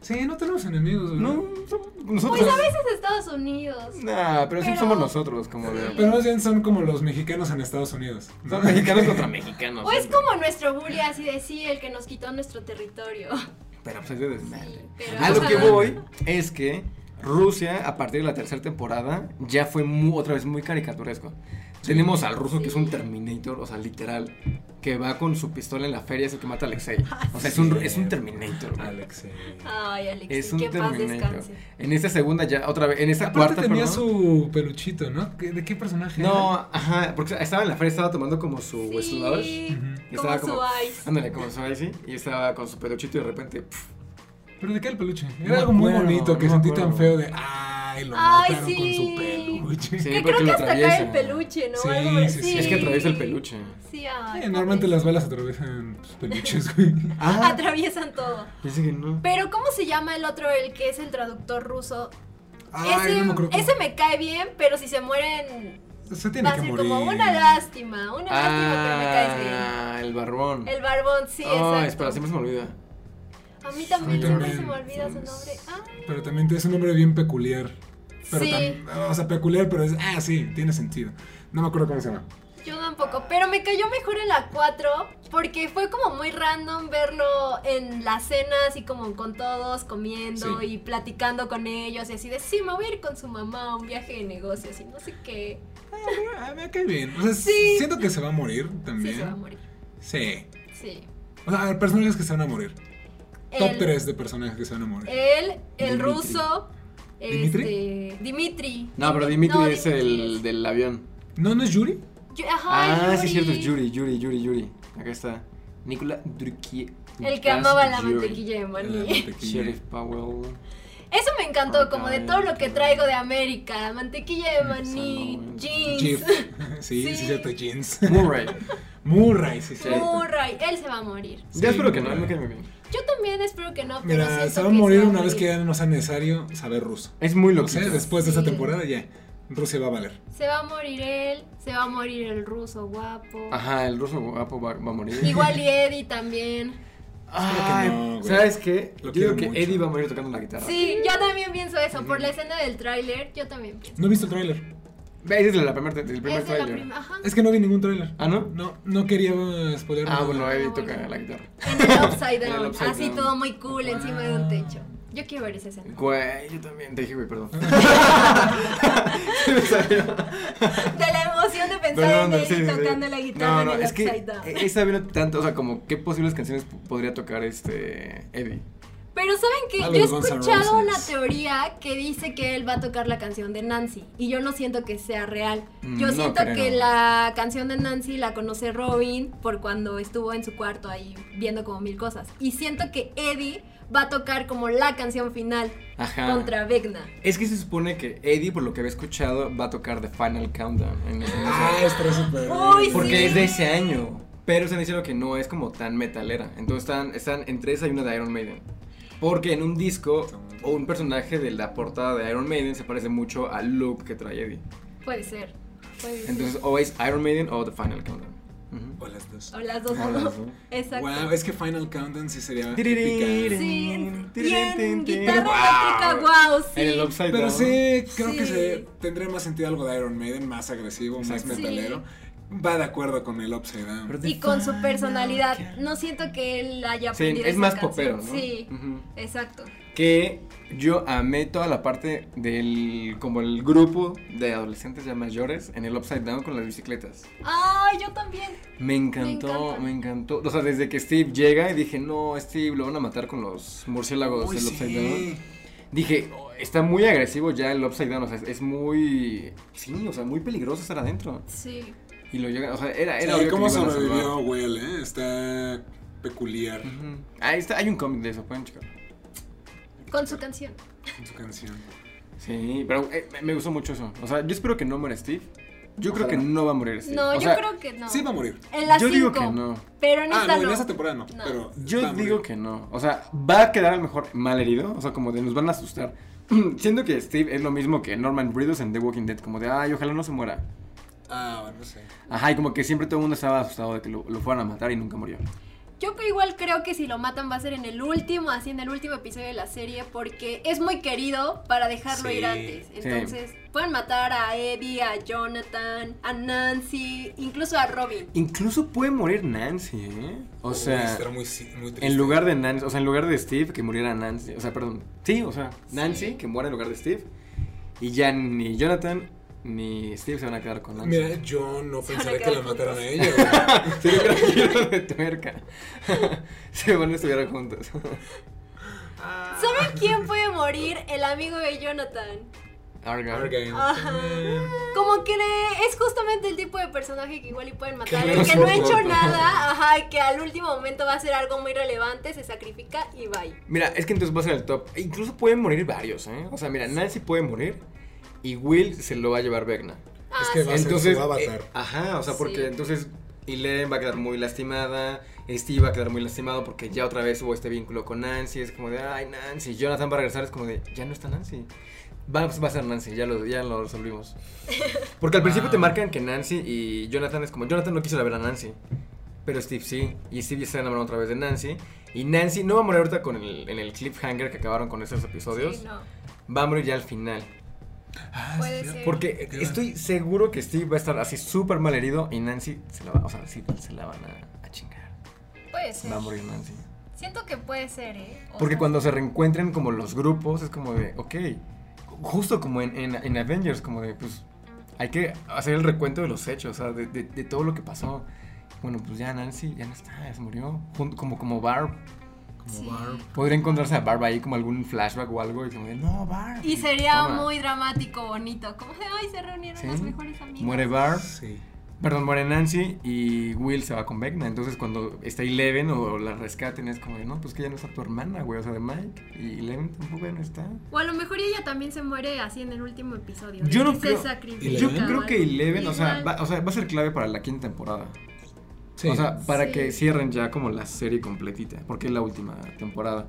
S1: Sí, no tenemos enemigos. güey.
S2: No, somos- nosotros.
S3: Pues a veces Estados Unidos.
S2: Nah, pero, sí
S3: Pero- Pues
S2: somos nosotros, como de.
S1: Pero más bien son como los mexicanos en Estados Unidos. ¿no?
S2: Son mexicanos contra mexicanos. ¿eh?
S3: O es
S2: siempre.
S3: como nuestro bully así de sí, el que nos quitó nuestro territorio.
S2: Pero pues es de desmadre.
S3: Sí, pero-
S2: A lo que
S1: Ajá.
S2: voy es que Rusia, a partir de la tercera temporada, ya fue mu- otra vez muy caricaturesco. Tenemos al ruso que es un
S3: Sí.
S2: Terminator, o sea, literal, que va con su pistola en la feria, es el que mata a Alexei.
S3: Ah,
S2: O sea, es un, es un Terminator. güey.
S1: Alex. eh.
S3: Ay, Alex,
S2: Es un
S3: que en paz
S2: Terminator.
S3: descanse.
S2: En esta segunda ya, otra vez, en esta
S1: Aparte
S2: cuarta,
S1: tenía
S2: perdón.
S1: su peluchito, ¿no? ¿Qué- ¿De qué personaje?
S2: No, ajá, porque estaba en la feria, estaba tomando como su slush.
S3: Sí.
S1: Ujú.
S2: Y
S3: Como
S2: estaba
S3: su ice.
S2: Ándale, como su ice, sí, y estaba con su peluchito y de repente. pf,
S1: era? ¿Pero de qué era el peluche? Era
S2: me
S1: algo muy
S2: acuerdo,
S1: bonito que
S2: no me
S1: sentí tan
S2: acuerdo.
S1: feo de. ¡Ay! Lo
S3: Ay,
S1: mataron
S3: sí.
S1: con su peluche.
S2: Sí.
S3: Que creo
S2: porque
S3: que
S2: lo
S3: hasta cae
S2: atraviesa.
S3: el peluche, ¿no?
S1: Sí,
S3: Algo por-
S1: sí, sí.
S2: Es que atraviesa el peluche.
S3: Sí, ay,
S1: Eh, normalmente
S3: pobrecito.
S1: las balas atraviesan pues, peluches, güey.
S2: Ah,
S3: atraviesan todo.
S2: dice que no.
S3: Pero ¿cómo se llama el otro, el que es el traductor ruso?
S1: Ay,
S3: ese,
S1: no me acuerdo. cómo-
S3: ese me cae bien, pero si se mueren
S1: Se
S3: va
S1: tiene
S3: a
S1: que
S3: ser
S1: morir.
S3: como una lástima, una lástima, pero me caes
S2: Ah, el barbón.
S3: bien. El barbón, sí,
S2: oh,
S3: exacto.
S2: espera, siempre se me olvida.
S3: A mí también
S1: Sí,
S3: siempre
S1: también.
S3: se me olvida su nombre. Ay,
S1: Pero también es un nombre bien peculiar. Pero
S3: sí,
S1: tam- o sea, peculiar, pero es. Ah, sí, tiene sentido. No me acuerdo cómo se llama.
S3: yo tampoco. Pero me cayó mejor en la 4 porque fue como muy random verlo en la cena, así como con todos, comiendo
S1: Sí.
S3: y platicando con ellos y así de, sí, me voy a ir con su mamá a un viaje de negocios y no sé qué.
S1: Ah, me cae bien. O sea,
S3: Sí.
S1: siento que se va a morir también.
S3: Sí, se va a morir.
S1: Sí.
S3: Sí.
S1: O sea, hay personajes que se van a morir. Top
S3: El-
S1: 3 de personajes que se van a morir.
S3: Él, el
S2: Dimitri.
S3: ruso.
S1: ¿Dimitri?
S3: Este, Dimitri.
S2: No, pero Dimitri
S3: No,
S2: es el del avión.
S1: ¿No, no es Yuri?
S3: Yu- ajá,
S2: ah,
S3: el
S2: sí, es cierto, es
S3: Yuri.
S2: Yuri, Yuri, Yuri, Yuri. Acá está. Nicola Drukie.
S3: El que amaba la mantequilla de maní.
S2: Sheriff Powell.
S3: Eso me encantó,
S2: Ay,
S3: como de
S2: ay,
S3: todo lo que
S2: ay.
S3: traigo de América. Mantequilla de
S2: Mm,
S3: maní,
S2: salmón.
S1: Jeff.
S3: jeans,
S1: Sí, sí,
S3: Sí.
S1: es cierto, Jeans.
S2: Murray.
S1: Murray, sí, sí.
S3: Murray. Él se va a morir.
S1: Sí,
S2: ya espero que no,
S1: Murray.
S2: no que me bien.
S3: Yo también espero que no, pero
S1: Mira,
S3: siento
S1: se va a
S3: que
S1: morir una vez que ya no sea necesario saber ruso.
S2: Es muy
S1: O
S2: loquito.
S1: sea, después de esta
S3: Sí.
S1: temporada ya. Rusia va a valer.
S3: Se va a morir él, se va a morir el ruso guapo.
S2: Ajá, el ruso guapo va, va a morir.
S3: Igual y Eddie también.
S2: Ay,
S1: Espero que no, güey.
S2: ¿Sabes qué?
S1: Lo
S2: Yo digo
S1: quiero
S2: que
S1: mucho.
S2: Eddie va a Ah. morir tocando la guitarra.
S3: Sí, yo también pienso eso. Por la escena del tráiler, yo también pienso.
S1: No he visto el tráiler.
S2: Ve, ese es la primer, el primer
S3: Es de la
S2: trailer.
S3: prima. Ajá.
S1: Es que no vi ningún tráiler.
S2: ¿Ah, no?
S1: No, no quería eh, spoiler.
S2: Ah,
S1: nada.
S2: bueno, Eddie
S3: bueno.
S2: toca la guitarra.
S3: En el Upside
S2: En el
S3: Down.
S2: Upside
S3: así
S2: Down.
S3: todo muy cool encima de un
S1: Ah.
S3: techo. Yo quiero ver esa escena.
S2: Güey, yo también. Te dije, güey, perdón.
S3: De la emoción de pensar
S2: Perdón,
S3: en
S2: no,
S3: él
S2: sí, sí, sí.
S3: tocando la guitarra
S2: No, no,
S3: en el
S2: es que
S3: Upside Down.
S2: eh, esa vino tanto, o sea, como qué posibles canciones p- podría tocar este Eddie.
S3: Pero saben que
S1: A
S3: yo
S1: los
S3: he
S1: Guns N'
S3: escuchado
S1: Roses.
S3: una teoría que dice que él va a tocar la canción de Nancy y yo no siento que sea real.
S2: Mm,
S3: Yo
S2: no
S3: siento
S2: creo.
S3: que la canción de Nancy la conoce Robin por cuando estuvo en su cuarto ahí viendo como mil cosas y siento que Eddie va a tocar como la canción final
S2: Ajá.
S3: contra Vecna.
S2: Es que se supone que Eddie, por lo que había escuchado, va a tocar The Final Countdown. En el-
S1: Ah, está súper.
S3: Uy,
S1: bien.
S2: porque
S3: sí.
S2: es de ese año. Pero se han dicho que no es como tan metalera. Entonces están, están entre esa y una de Iron Maiden. Porque en un disco o un personaje de la portada de Iron Maiden se parece mucho al look que trae Eddie.
S3: Puede ser. Puede ser.
S2: Entonces, o es Iron Maiden o The Final Countdown. Ujú.
S1: O las dos.
S3: o las dos.
S2: O las dos.
S3: Exacto.
S1: Wow, es que Final Countdown sí sería. épica.
S2: Tiriririn.
S3: Sí, en- y
S2: Tin, tin, tin,
S3: en
S2: tin.
S3: guitarra eléctrica, wow, sí.
S2: En el Upside
S1: Pero
S2: Down.
S1: sí, creo que
S3: Sí.
S1: se tendría más sentido algo de Iron Maiden, más agresivo, más
S2: Exacto.
S3: Sí.
S1: metalero. Va de acuerdo con el Upside Down.
S3: y con su personalidad. No siento que él haya
S2: Sí,
S3: aprendido
S2: es
S3: esa
S2: más
S3: canción.
S2: popero, ¿no? Mm.
S3: Sí,
S2: Ujú.
S3: exacto.
S2: Que yo amé toda la parte del. como el grupo de adolescentes ya mayores en el Upside Down con las bicicletas.
S3: Ay, yo también.
S2: Me encantó,
S3: encanta.
S2: me, encantó. O sea, desde que Steve llega y dije, no, Steve lo van a matar con los murciélagos
S1: Uy,
S2: del
S1: sí.
S2: pues, Upside Down. Dije, "Oh, está muy agresivo ya el Upside Down. O sea, es, es muy. Sí, o sea, muy peligroso estar adentro.
S3: Sí.
S2: Y lo llega, o sea, era. era
S1: Sí,
S2: obvio que
S1: ¿Cómo
S2: lo iban a
S1: sobrevivió
S2: salvar.
S1: Will? eh? Está peculiar
S2: Ujú. Ahí está, hay un cómic de eso, pueden checar.
S3: Con su canción.
S1: en su canción.
S2: Sí, pero eh, me- me gustó mucho eso. O sea, yo espero que no muera Steve. Yo creo que no va a morir Steve.
S3: No,
S2: O
S3: yo
S2: sea,
S3: creo que no.
S1: Sí, va a morir.
S3: En las
S2: Yo digo que
S3: cinco,
S2: no.
S3: Pero en
S1: Ah,
S3: esta
S1: no,
S3: no.
S1: en esta temporada no.
S3: No.
S1: Pero va
S2: Yo
S1: a
S2: digo
S1: morir.
S2: que no. O sea, va a quedar a lo mejor mal herido. O sea, como de nos van a asustar. Siento que Steve es lo mismo que Norman Reedus en The Walking Dead. Como de, ay, ojalá no se muera.
S1: Ah, bueno, no sé.
S2: Ajá, y como que siempre todo el mundo estaba asustado de que lo, lo fueran a matar y nunca murió.
S3: Yo que igual creo que si lo matan va a ser en el último, así en el último episodio de la serie, porque es muy querido para dejarlo
S1: Sí,
S3: ir antes. Entonces, pueden matar a Eddie, a Jonathan, a Nancy, incluso a Robin.
S2: Incluso puede morir Nancy, ¿eh? O
S1: Uy,
S2: sea,
S1: estará muy, si- muy triste.
S2: en lugar de Nancy, o sea, en lugar de Steve, que muriera Nancy. O sea, perdón. Sí, o sea, Nancy,
S3: Sí.
S2: que muera en lugar de Steve. Y ya ni Jonathan ni Steve se van a quedar con Nancy.
S1: Mira, eh. yo no
S3: Se van a
S1: pensaría que
S3: quedar
S1: la mataran a
S3: juntos.
S1: ella. güey.
S2: Se hubiera girado de tuerca. Se van a estuviera juntos.
S3: ¿Saben quién puede morir? El amigo de Jonathan.
S2: Arga.
S1: Argyle.
S3: Ajá. Como que le- es justamente el tipo de personaje que igual y pueden matar.
S2: Que
S3: El
S2: no
S3: que no ha hecho
S2: soporta.
S3: nada, ajá, y que al último momento va a hacer algo muy relevante, se sacrifica y bye.
S2: Mira, es que entonces va a ser el top. E Incluso pueden morir varios, ¿eh? O sea, mira, Nancy puede morir y Will se lo va a llevar Vecna.
S3: Ah,
S1: Es que
S3: sí.
S1: va a ser
S2: Entonces,
S1: su avatar.
S2: eh, ajá, o sea, porque
S3: Sí.
S2: entonces Elaine va a quedar muy lastimada, Steve va a quedar muy lastimado porque ya otra vez hubo este vínculo con Nancy, es como de, ay, Nancy, Jonathan va a regresar, es como de, ya no está Nancy. Va, va a ser Nancy, ya lo, ya lo resolvimos. Porque al principio te marcan que Nancy y Jonathan es como, Jonathan no quiso ir a ver a Nancy, pero Steve sí, y Steve ya se enamoró otra vez de Nancy, y Nancy no va a morir ahorita con el, en el cliffhanger que acabaron con esos episodios,
S3: Sí, no.
S2: va a morir ya al final.
S1: Ah,
S3: Puede
S1: sí,
S3: ser.
S2: Porque
S1: Claro.
S2: estoy seguro que Steve va a estar así súper mal herido y Nancy se la va, o sea, sí, se la van a, a chingar.
S3: Puede ser.
S2: Va a morir Nancy.
S3: Siento que puede ser, ¿eh? O
S2: Porque
S3: sea,
S2: cuando se reencuentren como los grupos es como de, ok, justo como en, en- en Avengers, como de, pues hay que hacer el recuento de los hechos, o sea, de, de- de todo lo que pasó. Bueno, pues ya Nancy ya no está, se murió. Jun- Como, como Barb.
S1: Como
S3: sí.
S1: Barb.
S2: Podría encontrarse a Barb ahí como algún flashback o algo y como de, no, Barb.
S3: Y sería
S2: toma.
S3: muy dramático, bonito. Como de, ay, se reunieron
S2: Sí.
S3: las mejores amigas.
S2: Muere Barb.
S1: Sí.
S2: Perdón, muere Nancy y Will se va con Vecna. Entonces, cuando está Eleven o la rescaten, es como, de, no, pues que ya no está tu hermana, güey. O sea, de Mike y Eleven tampoco ya no está.
S3: O a lo mejor ella también se muere así en el último episodio.
S2: Yo
S3: de
S2: no
S3: que
S2: creo-
S3: Se sacrifica,
S2: Yo
S1: Eleven.
S2: creo que
S3: ¿vale?
S2: Eleven, o sea,
S3: Igual.
S2: va, o sea, va a ser clave para la quinta temporada.
S1: Sí.
S2: O sea, para
S3: Sí.
S2: que cierren ya como la serie completita, porque es la última temporada.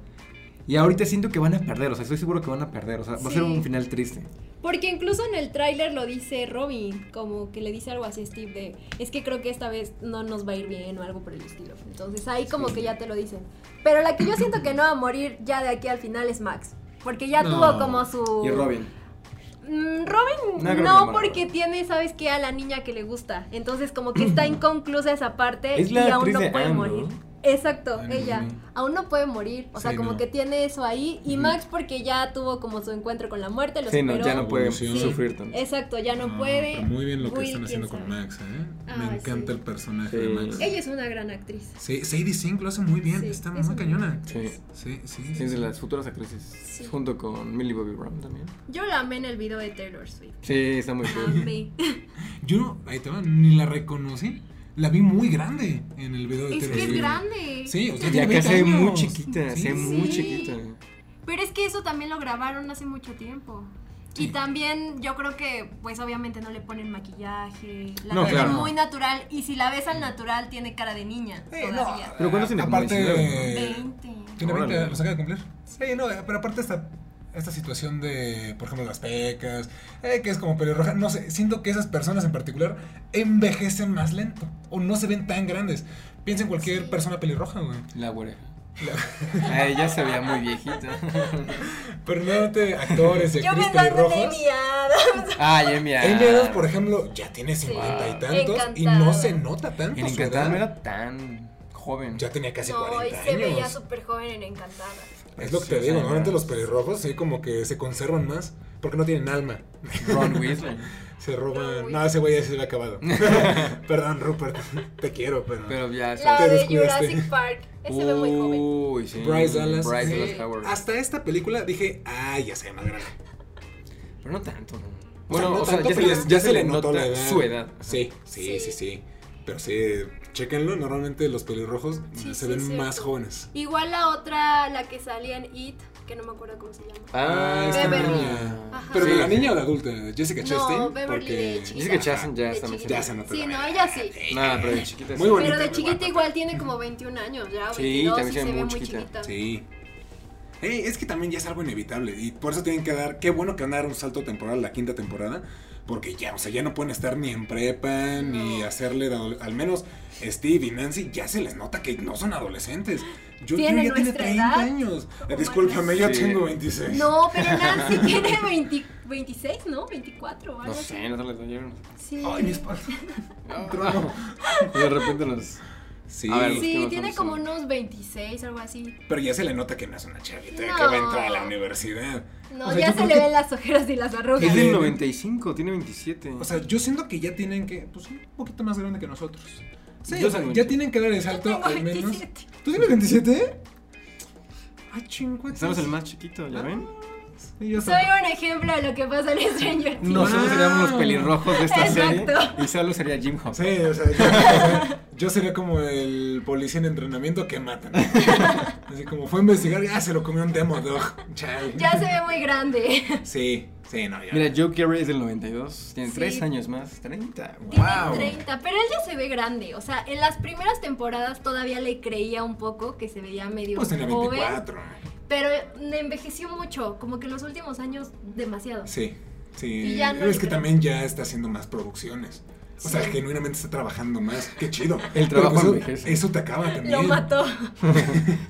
S2: Y ahorita siento que van a perder, o sea, estoy seguro que van a perder. O sea, va a ser
S3: Sí.
S2: un final triste.
S3: Porque incluso en el tráiler lo dice Robin, como que le dice algo así a Steve de, es que creo que esta vez no nos va a ir bien o algo por el estilo. Entonces ahí como que ya te lo dicen. Pero la que yo siento que no va a morir ya de aquí al final es Max. Porque ya
S1: No.
S3: tuvo como su...
S2: Y Robin.
S3: Mm,
S2: No creo
S3: Robin
S2: que
S3: no,
S2: no,
S3: porque
S2: Robin.
S3: tiene, ¿sabes qué? A la niña que le gusta. Entonces como que está inconclusa esa parte
S2: Es
S3: y
S2: la
S3: aún
S2: actriz
S3: no
S2: de
S3: puede
S2: Anne,
S3: morir.
S2: ¿no?
S3: Exacto,
S1: Anne
S3: ella.
S1: Rooney.
S3: Aún no puede morir. O sea,
S1: Sí,
S3: como
S1: no.
S3: que tiene eso ahí. Y
S1: Ujú.
S3: Max porque ya tuvo como su encuentro con la muerte, lo
S2: Sí, no,
S3: superó.
S2: ya no puede
S1: Evolución.
S2: sufrir tanto.
S3: Exacto, ya no
S1: Ah,
S3: puede.
S1: pero muy bien lo que
S3: Will,
S1: están haciendo
S3: quién
S1: con
S3: sabe.
S1: Max, ¿eh? Me
S3: Ay,
S1: encanta
S3: sí.
S1: el personaje de
S2: Sí.
S1: Max.
S3: Ella es una gran actriz.
S1: Sí, Sadie Sink lo hace muy bien,
S3: Sí,
S1: está
S3: es
S1: muy
S3: una gran
S1: cañona.
S2: Sí.
S3: actriz.
S1: Sí, sí.
S2: Sí, es de las futuras actrices.
S3: Sí.
S2: Junto con Millie Bobby Brown también.
S3: Yo la amé en el video de Taylor Swift.
S2: Sí, está muy
S3: La
S2: cool.
S3: Amé.
S1: Yo no, ahí te va, ni la reconocí. La vi muy grande en el video de
S3: es
S1: Taylor
S3: que es
S1: Swift.
S3: grande.
S1: Sí, o sea,
S2: Y
S1: tiene
S2: acá
S1: 20
S2: se ve muy
S1: años.
S2: chiquita,
S1: Sí.
S2: se ve muy
S3: Sí.
S2: chiquita.
S3: Pero es que eso también lo grabaron hace mucho tiempo.
S1: Sí.
S3: Y también yo creo que pues obviamente no le ponen maquillaje, la
S2: No,
S3: tienen
S2: claro.
S3: muy natural y si la ves al natural tiene cara de niña
S1: Sí, no,
S3: todavía.
S2: Pero ¿cuántos tiene? Como
S1: Aparte,
S2: 19,
S1: eh,
S3: 20.
S1: tiene
S2: Órale.
S1: 20, los acaba de cumplir. Sí, no, eh, pero aparte esta, esta situación de, por ejemplo, las pecas, eh, que es como pelirroja, no sé, siento que esas personas en particular envejecen más lento o no se ven tan grandes. Piensa en cualquier
S3: Sí.
S1: persona pelirroja, güey.
S2: La güereja. Ah, ella se veía muy viejita.
S1: Pero no te actores y
S3: Yo
S1: actrices
S3: pensando en
S1: pelirrojas.
S3: Amy Adams.
S2: Ah, Amy
S1: Amy Adams, por
S2: Adams.
S1: ejemplo, ya tiene 50 y
S3: Sí,
S1: tantos y
S3: encantada.
S1: no se nota tanto.
S2: En
S1: su
S2: Encantada no
S1: edad.
S2: era tan joven.
S1: Ya tenía casi
S3: No,
S1: 40
S3: y
S1: años.
S3: se veía súper joven en Encantada.
S1: Es lo que
S2: Pues, Sí,
S1: te digo,
S2: sí,
S1: normalmente
S2: sí.
S1: los pelirrojos sí como que se conservan más porque no tienen alma.
S2: Ron Weasley.
S1: Se roban.
S3: Uy.
S1: No, ese güey ya se había acabado. Perdón, Rupert, te quiero, pero.
S2: Pero ya.
S3: La
S1: Te
S3: de
S2: este.
S1: descuidaste.
S3: Jurassic Park, ese ve muy joven.
S2: Uy, sí.
S1: Bryce Dallas.
S2: Bryce
S1: sí.
S2: Dallas Howard.
S1: Hasta esta película dije, ay, ya se ve más grande.
S2: Pero no tanto, ¿no?
S1: O
S2: Bueno,
S1: sea, no
S2: o sea,
S1: tanto,
S2: ya, se,
S1: pero
S2: le-
S1: sí
S2: ya se le nota
S1: notó la edad.
S2: su edad.
S1: Sí, sí, sí, sí,
S3: Sí.
S1: Pero sí, chéquenlo, normalmente los pelirrojos se
S3: Sí, sí,
S1: ven
S3: es
S1: más
S3: cierto.
S1: jóvenes.
S3: Igual la otra, la que salía en It, que no me acuerdo cómo se llama.
S1: Ah, esta
S3: Beverly.
S1: niña.
S3: Ajá.
S1: Pero de
S2: Sí,
S1: la
S2: sí.
S1: niña o la adulta, Jessica
S3: No,
S1: Chastain.
S3: Beverly
S1: porque...
S3: de chiquita.
S2: Dice que Chastain ya
S3: De
S2: está más
S3: chiquita.
S1: Ya
S2: chiquita.
S1: se notó.
S3: Sí,
S1: la
S3: no,
S1: edad.
S3: ella sí.
S2: Nada, pero de chiquita.
S1: Muy
S2: sí.
S1: bonita,
S3: Pero de
S1: pero
S3: chiquita
S1: guapa.
S3: igual tiene como 21 años, ya
S2: Sí,
S3: 22
S2: también
S3: y
S2: se
S3: se
S2: ve
S3: ve
S2: muy
S3: muy
S2: chiquita.
S3: chiquita.
S1: Sí. Ey, es que también ya es algo inevitable y por eso tienen que dar, qué bueno que van a dar un salto temporal a la quinta temporada, porque ya, o sea, ya no pueden estar ni en prepa ni
S3: No.
S1: hacerle, de adole- al menos Steve y Nancy ya se les nota que no son adolescentes. Yo, yo ya
S3: Tienen
S1: tiene 30
S3: nuestra edad.
S1: años. Eh,
S3: Oh,
S1: discúlpame,
S3: my
S1: yo
S2: God.
S1: tengo
S2: Sí.
S1: 26.
S3: No, pero Nancy tiene 20 26, ¿no? 24 o
S2: No
S3: algo así.
S2: sé, no se les oyeron.
S3: Sí.
S1: Ay, mi espalda. Un trono.
S2: Y de repente los.
S1: Sí.
S2: A ver, los que
S3: Sí,
S2: más
S3: tiene
S2: son-
S3: como unos 26, algo así.
S1: Pero ya se le nota que no es una chavita, que
S3: No.
S1: va a entrar a la universidad.
S3: No,
S1: O sea,
S3: ya
S1: yo
S3: se
S1: creo
S3: le
S1: que-
S3: ven las ojeras y las arrugas.
S2: Es
S1: Sí.
S2: del 95, tiene 27.
S1: O sea, yo siento que ya tienen que, pues un poquito más grande que nosotros. Sí,
S2: Yo
S1: o sea,
S2: tengo
S1: ya
S2: 27.
S1: tienen que dar el
S3: Yo
S1: salto
S3: tengo
S1: al menos.
S3: 27.
S1: ¿Tú tienes 27? Ah, chingüe.
S2: Estamos el más chiquito, ¿ya ven?
S1: Sí, ya
S3: Soy
S1: sabes.
S3: un ejemplo de lo que pasa en este Stranger Things.
S2: Nosotros seríamos los pelirrojos de esta serie.
S3: Exacto.
S2: Y Salo sería Jim Hop.
S1: Sí, o sea, yo, o sea, yo sería como el policía en entrenamiento que matan. Así como fue a investigar, ya se lo comió un demo dog. Chale.
S3: Ya se ve muy grande.
S1: Sí, sí, no, ya.
S2: Mira, Joe Carey es del 92. Tiene
S3: Sí.
S2: 3 años más. 30.
S3: Tiene
S1: Wow.
S3: 30, pero él ya se ve grande. O sea, en las primeras temporadas todavía le creía un poco que se veía medio
S1: pues tenía
S3: joven.
S1: 24.
S3: Pero envejeció mucho, como que en los últimos años demasiado.
S1: Sí, sí.
S3: Y ya no
S1: Pero es
S3: le
S1: que
S3: creo.
S1: también ya está haciendo más producciones. O sea,
S3: Sí.
S1: genuinamente está trabajando más. Qué chido.
S2: El trabajo
S1: Pero eso,
S2: envejece.
S1: eso te acaba también.
S3: Lo mató.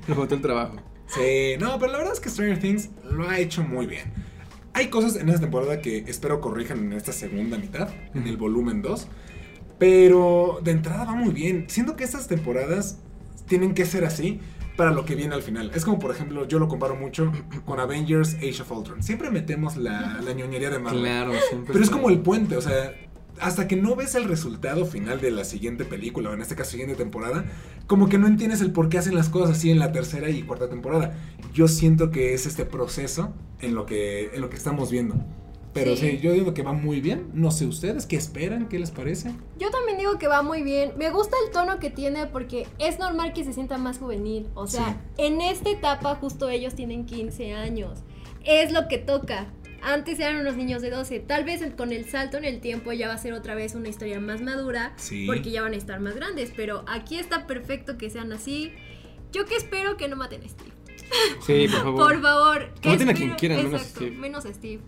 S2: Lo botó el trabajo.
S1: Sí, no, pero la verdad es que Stranger Things lo ha hecho muy bien. Hay cosas en esta temporada que espero corrijan en esta segunda mitad, en el volumen 2. Pero de entrada va muy bien. Siento que estas temporadas tienen que ser así para lo que viene al final. Es como, por ejemplo, yo lo comparo mucho con Avengers Age of Ultron. Siempre metemos la, la ñoñería de Marvel.
S2: Claro, siempre.
S1: Pero es
S2: está-
S1: como el puente, o sea, hasta que no ves el resultado final de la siguiente película, o en este caso siguiente temporada, como que no entiendes el por qué hacen las cosas así en la tercera y cuarta temporada. Yo siento que es este proceso en lo que, en lo que estamos viendo. Pero sí.
S3: Sí.
S1: yo digo que va muy bien. No sé ustedes, ¿qué esperan? ¿Qué les parece?
S3: Yo también digo que va muy bien. Me gusta el tono que tiene porque es normal que se sienta más juvenil. O sea, en esta etapa justo ellos tienen 15 años. Es lo que toca. Antes eran unos niños de 12. Tal vez el- con el salto en el tiempo ya va a ser otra vez una historia más madura.
S1: Sí.
S3: Porque ya van a estar más grandes. Pero aquí está perfecto que sean así. Yo que espero que no maten a Steve.
S2: Sí, por favor.
S3: Por favor.
S2: Que maten a
S3: espero-
S2: quien quieran, menos a
S3: Exacto,
S2: Steve.
S3: menos a Steve.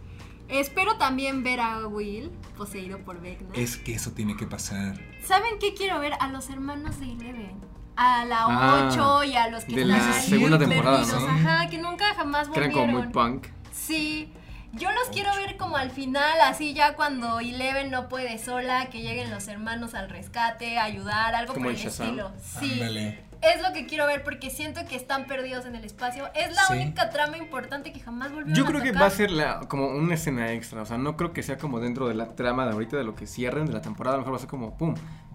S3: Espero también ver a Will poseído por Vecna.
S1: Es que eso tiene que pasar.
S3: ¿Saben qué quiero ver? A los hermanos de Eleven. A la
S2: Ah,
S3: 8 y a los que
S2: de
S3: están
S2: la
S3: ahí
S1: segunda
S2: temporada,
S3: perdidos,
S1: ¿no?
S3: Ajá, que nunca jamás
S2: Que eran
S3: volvieron.
S2: como muy punk.
S3: Sí. Yo los quiero ver como al final, así ya cuando Eleven no puede sola, que lleguen los hermanos al rescate, a ayudar, algo
S2: Como
S3: por
S2: en
S3: el
S2: Shazam.
S3: estilo. Sí.
S1: Ándale.
S3: Es lo que quiero ver porque siento que están perdidos en el espacio. Es la
S1: Sí.
S3: única trama importante que jamás volvieron
S2: Yo
S3: a
S2: creo que
S3: tocar.
S2: va a ser la, como una escena extra, o sea, no creo que sea como dentro de la trama de ahorita, de lo que cierren de la temporada, a lo mejor va a ser como, ¡pum!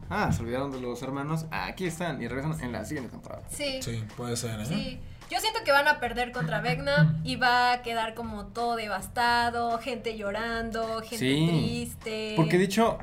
S2: Ah, se olvidaron de los hermanos, aquí están, y regresan en la siguiente temporada.
S3: Sí. Sí.
S1: Sí, puede ser, ¿eh?
S3: Yo siento que van a perder contra Vecna y va a quedar como todo devastado, gente llorando, gente
S2: Sí.
S3: triste.
S2: Porque dicho,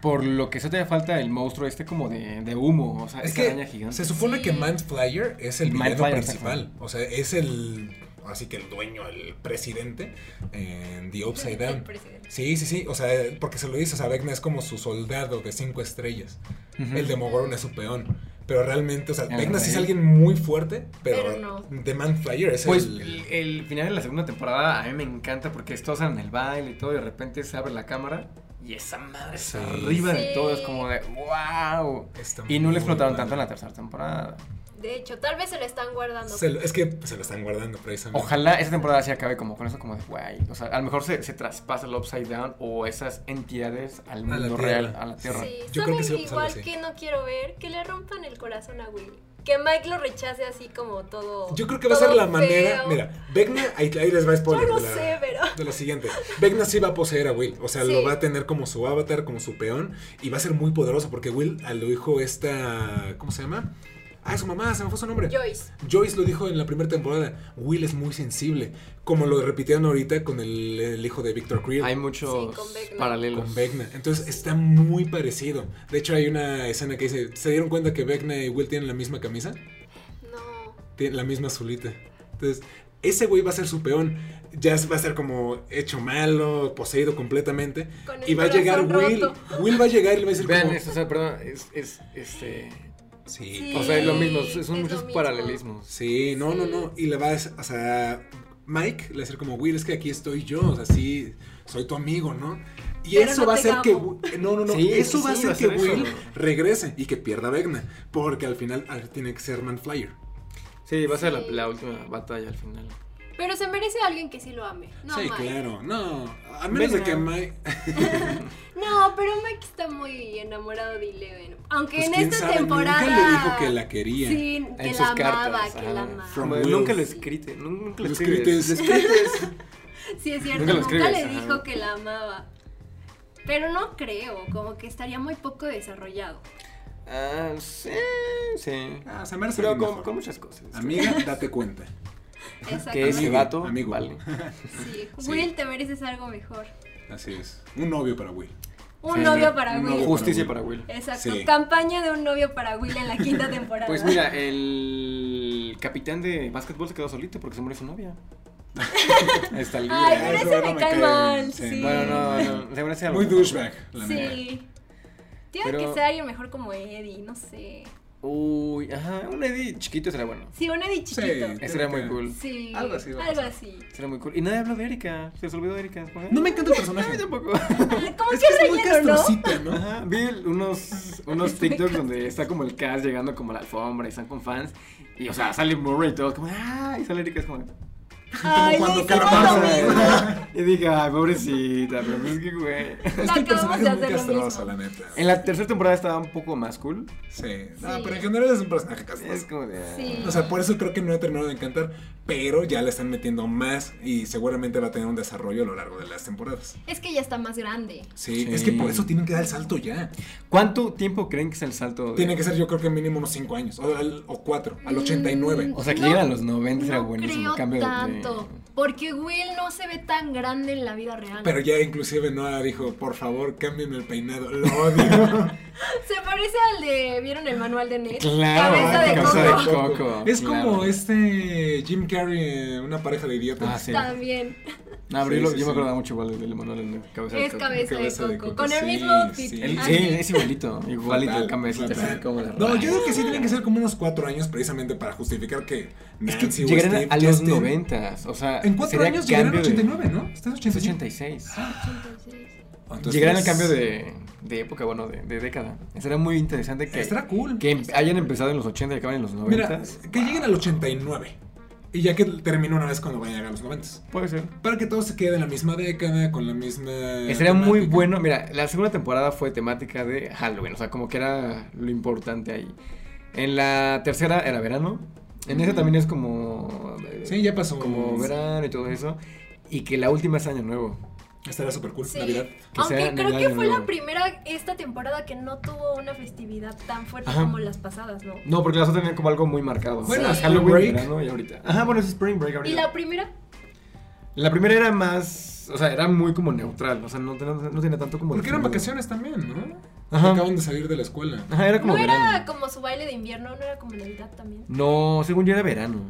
S2: por lo que se te falta el monstruo este como de, de humo, o sea,
S1: Es
S2: Ah, esa araña
S1: que
S2: gigante.
S1: se supone
S3: Sí.
S1: que Manflyer es el villano
S2: Mindflyer,
S1: principal. O sea, es el. Así que el dueño, el presidente en The Upside
S3: El
S1: Down.
S3: presidente.
S1: Sí, sí, sí. O sea, porque se lo dice. O sea, Vecna es como su soldado de cinco estrellas.
S2: Ujú.
S1: El Demogorgon es su peón. Pero realmente, o sea,
S2: El
S1: Vecna sí es
S2: rey.
S1: alguien muy fuerte, pero,
S3: Pero no.
S1: The Manflyer es
S2: Pues el,
S1: el.
S2: el final de la segunda temporada a mí me encanta porque es todos en el baile y todo, y de repente se abre la cámara y esa madre se
S1: Sí.
S2: arriba de
S3: Sí.
S2: todo, es como de wow.
S1: Está
S2: Y no
S1: muy
S2: le explotaron
S1: bueno.
S2: tanto en la tercera temporada.
S3: De hecho, tal vez se lo están guardando.
S1: Se lo- es que se lo están guardando precisamente.
S2: Ojalá esa temporada se acabe como con eso, como de guay. O sea, a lo mejor se, se traspasa el upside down o esas entidades al
S1: la
S2: mundo
S1: Tierra.
S2: real, a la tierra.
S3: Sí,
S1: Yo creo
S3: ¿saben
S1: que sí va a pasar algo
S3: igual
S1: así.
S3: que no quiero ver? Que le rompan el corazón a Willy. Que Mike lo rechace así como todo.
S1: Yo creo que va a
S3: todo
S1: ser la
S3: feo.
S1: manera. Mira, Vecna, ahí, ahí les va spoiler.
S3: Yo no
S1: de la-
S3: sé, pero.
S1: De lo siguiente, Vecna sí va a poseer a Will, o sea, lo
S3: Sí.
S1: va a tener como su avatar, como su peón, y va a ser muy poderoso porque Will a lo dijo esta, ¿cómo se llama? Ah, su mamá, se me fue su nombre.
S3: Joyce.
S1: Joyce lo dijo en la primera temporada, Will es muy sensible, como lo repitieron ahorita con el, el hijo de Victor Creel.
S2: Hay muchos
S3: Sí, con Vecna.
S2: paralelos.
S1: Con Vecna. Entonces está muy parecido. De hecho, hay una escena que dice: ¿Se dieron cuenta que Vecna y Will tienen la misma camisa?
S3: No.
S1: Tiene la misma azulita. Entonces, ese güey va a ser su peón. Ya va a ser como hecho malo, poseído completamente.
S3: Con el
S1: Y va a llegar
S3: corazón
S1: Will.
S3: roto.
S1: Will va a llegar y le va a decir
S2: Vean
S1: como,
S2: esto, o sea, perdón, es, es, este,
S1: Sí.
S2: o sea, es lo mismo,
S3: Sí,
S2: son
S3: es
S2: muchos
S3: lo mismo.
S2: paralelismos.
S1: Sí, no, no, no. Y le va a... O sea, Mike le va a decir como, Will, es que aquí estoy yo. O sea, sí, soy tu amigo, ¿no? Y
S3: Pero
S1: eso
S3: no
S1: va a
S3: te
S1: hacer que...
S3: amo.
S1: Wi- No, no, no.
S2: Sí,
S1: eso
S2: sí,
S1: va a
S2: sí,
S1: hacer
S2: va a
S1: que
S2: ser eso.
S1: Will regrese y que pierda a Vegna. Porque al final ah, tiene que ser Manflyer.
S2: Sí, va a ser la,
S3: Sí.
S2: la última batalla al final.
S3: Pero se merece a alguien que sí lo ame. No,
S1: sí,
S3: Mike.
S1: claro. No, a menos de que
S2: Vecna.
S1: Mike...
S3: No, pero Mike está muy enamorado de Eleven. Aunque
S1: Pues
S3: en
S1: quién
S3: esta
S1: sabe,
S3: temporada.
S1: nunca le dijo que la quería.
S3: Sí, que
S2: en
S3: la
S2: sus
S3: amaba,
S2: cartas.
S3: que
S2: ah.
S3: la amaba.
S1: From
S2: Como de,
S1: Will.
S2: nunca lo escrite, nunca lo
S1: Los
S2: escribes.
S1: crítes, los crítes.
S3: Sí, es cierto,
S2: Nunca
S3: nunca,
S2: lo
S3: le
S2: escribes, ajá.
S3: dijo que la amaba. Pero no creo, como que estaría muy poco desarrollado.
S2: Ah, sí, sí.
S1: Ah, se merece
S2: Pero
S1: algo
S2: con,
S1: mejor.
S2: con muchas cosas.
S1: Amiga, date cuenta.
S2: Que
S3: Exactamente.
S2: ese
S1: Amigo,
S2: vato,
S1: amigo.
S2: vale.
S3: Sí.
S1: Sí.
S3: Will, te mereces algo mejor.
S1: Así es. Un novio para Will.
S3: Un
S2: Sí,
S3: novio
S2: un
S3: para
S1: novio.
S3: Will.
S2: Justicia para Will.
S3: Exacto.
S1: Sí.
S3: Campaña de un novio para Will en la quinta temporada.
S2: Pues mira, el capitán de básquetbol se quedó solito porque se murió su novia. Está libre.
S3: Ay,
S1: Ah,
S3: pero
S1: eso
S3: ese
S1: no
S3: me
S1: me
S3: cae
S1: cae
S3: mal.
S1: bien,
S3: Sí.
S1: sí.
S2: Bueno, no, no, se merece algo.
S1: Muy douchebag, la neta.
S3: Sí. Tiene
S2: Pero-
S3: que ser alguien mejor como Eddie, no sé.
S2: Uy, ajá, un Eddie chiquito será bueno.
S3: Sí, un Eddie chiquito.
S1: Sí.
S2: Ese era muy
S1: que-
S2: cool.
S3: Sí.
S1: Algo así va a
S3: Algo
S1: pasar.
S3: así.
S2: Será muy cool. Y nadie habló de Erika. Se les olvidó de Erika.
S1: No me encanta el
S2: A mí
S1: personaje.
S2: tampoco.
S3: Como
S1: Es
S3: que
S1: que
S3: es
S1: es muy
S3: relleno, ¿no?
S1: castrocita, ¿no?
S2: Ajá, vi unos, unos TikToks donde está como el cast llegando como a la alfombra y están con fans. Y o sea, sale Murray y todos como, ¡ah! Y sale Erika es como.
S3: Ay,
S1: Como
S3: le
S1: cuando
S3: hicimos
S1: Calamardo,
S3: lo mismo.
S2: Y dije, ay, pobrecita, pero pues que güey.
S1: Es
S3: Acabamos
S1: que el personaje
S3: de
S1: es muy
S3: hacer lo
S1: castroso, la
S3: mismo.
S1: neta.
S2: En la tercera temporada estaba un poco más cool.
S1: Sí. No,
S3: Sí.
S1: pero en general es un personaje castroso.
S2: Es como de.
S3: Sí.
S1: O sea, por eso creo que no ha terminado de encantar, pero ya le están metiendo más y seguramente va a tener un desarrollo a lo largo de las temporadas.
S3: Es que ya está más grande.
S1: Sí,
S2: Sí.
S1: es que por eso tienen que dar el salto ya.
S2: ¿Cuánto tiempo creen que es el salto? de-
S1: Tiene que ser yo creo que mínimo unos 5 años, o, al- o 4, al 89.
S3: Mm.
S2: O sea, que
S3: No,
S2: lleguen a los 90 era
S3: No
S2: buenísimo.
S3: creo
S2: cambio de-
S3: tanto. Porque Will no se ve tan grande en la vida real.
S1: Pero ya inclusive Noah dijo, por favor, cámbienme el peinado, lo odio.
S3: Se parece al de. ¿Vieron el manual de Ned?
S2: Claro,
S3: Cabeza de
S2: cabeza
S3: coco.
S2: de coco,
S1: Es
S2: claro.
S1: como este Jim Carrey, una pareja de idiotas.
S2: Ah, sí.
S3: También.
S2: No, pero
S1: Sí,
S2: yo,
S1: sí,
S2: yo me
S1: sí.
S2: acordaba mucho igual del Emanuel en el cabeza de
S3: Es
S2: coco.
S3: cabeza,
S1: Cabeza
S3: de,
S1: de
S3: coco.
S1: coco,
S3: Con el
S1: sí,
S3: mismo outfit.
S1: sí.
S2: El-
S3: Así.
S2: sí, es igualito. Igualito
S1: Fatal,
S2: el cabecito así
S1: fatal.
S2: como la
S1: No,
S2: raya.
S1: yo creo que sí tienen que ser como unos cuatro años precisamente para justificar que
S2: Es que
S1: Nancy o
S2: llegarían
S1: Steve
S2: a
S1: ya
S2: los
S1: estén-
S2: 90, o sea,
S1: En cuatro
S2: sería
S1: años llegarán a
S2: cambio de-
S1: 89, ¿no? Estás 85.
S2: 86.
S3: 86.
S1: Ah, Entonces, pues,
S2: llegarán al cambio de, de época, bueno, de, de década. Será muy interesante que,
S1: Estará cool.
S2: que em- hayan empezado en los 80 y acaben en los 90.
S1: Mira, que lleguen al 89. Y ya que termine una vez cuando vayan a llegar los 90.
S2: Puede ser.
S1: Para que todo se quede en la misma década, con la misma.
S2: Estaría Eh, muy
S1: temática.
S2: bueno. Mira, la segunda temporada fue temática de Halloween, o sea, como que era lo importante ahí. En la tercera era verano. En esa
S1: Ujú.
S2: también es como. eh,
S1: Mm. Sí, ya pasó.
S2: Como verano y todo eso. Y que la última es Año Nuevo.
S1: Estará súper cool.
S3: Sí.
S1: Navidad.
S2: sea
S3: Aunque creo
S2: Navidad
S3: que
S2: de
S3: fue la
S2: nuevo.
S3: primera esta temporada que no tuvo una festividad tan fuerte
S2: Ajá.
S3: como las pasadas, ¿no?
S2: No, porque las otras tenían como algo muy marcado.
S1: Bueno,
S2: Era
S3: sí.
S2: Halloween,
S1: Break.
S2: verano y ahorita. Ajá, bueno, es Spring Break
S3: Y
S2: ahorita.
S3: la primera,
S2: La primera era más. O sea, era muy como neutral. O sea, no, tenía- no tenía tanto como.
S1: Porque eran
S2: definido.
S1: vacaciones también, ¿no?
S2: Ajá.
S1: Acaban de salir de la escuela.
S2: Ajá, era como
S3: no
S2: verano.
S3: era como su baile de invierno, no era como Navidad también.
S2: No, según yo era verano.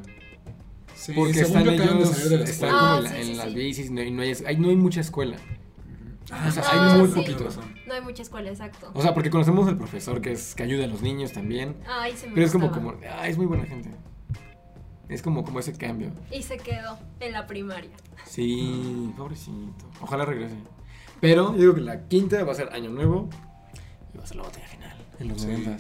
S1: Sí,
S2: Porque
S1: según
S2: están
S1: yo acaban
S2: ellos,
S1: de salir de la
S2: están
S1: escuela.
S2: como
S3: Ah,
S2: en la-
S3: sí,
S2: en
S3: sí,
S2: las
S3: sí.
S2: bicis no- y no hay, hay- no hay mucha escuela.
S1: Ah,
S2: o sea,
S1: sí,
S3: hay
S1: tienes
S3: muy
S1: razón,
S3: poquito.
S1: tienes razón.
S3: No hay mucha escuela, exacto.
S2: O sea, porque conocemos al profesor que es que ayuda a los niños también.
S3: Ay, se me
S2: Pero es como,
S3: gustaba.
S2: como, ah, es muy buena gente. Es como, como ese cambio.
S3: Y se quedó en la primaria.
S2: Sí, pobrecito. Ojalá regrese. Pero yo digo que la quinta va a ser Año Nuevo y va a ser la batalla final. En los
S1: Sí.
S2: 90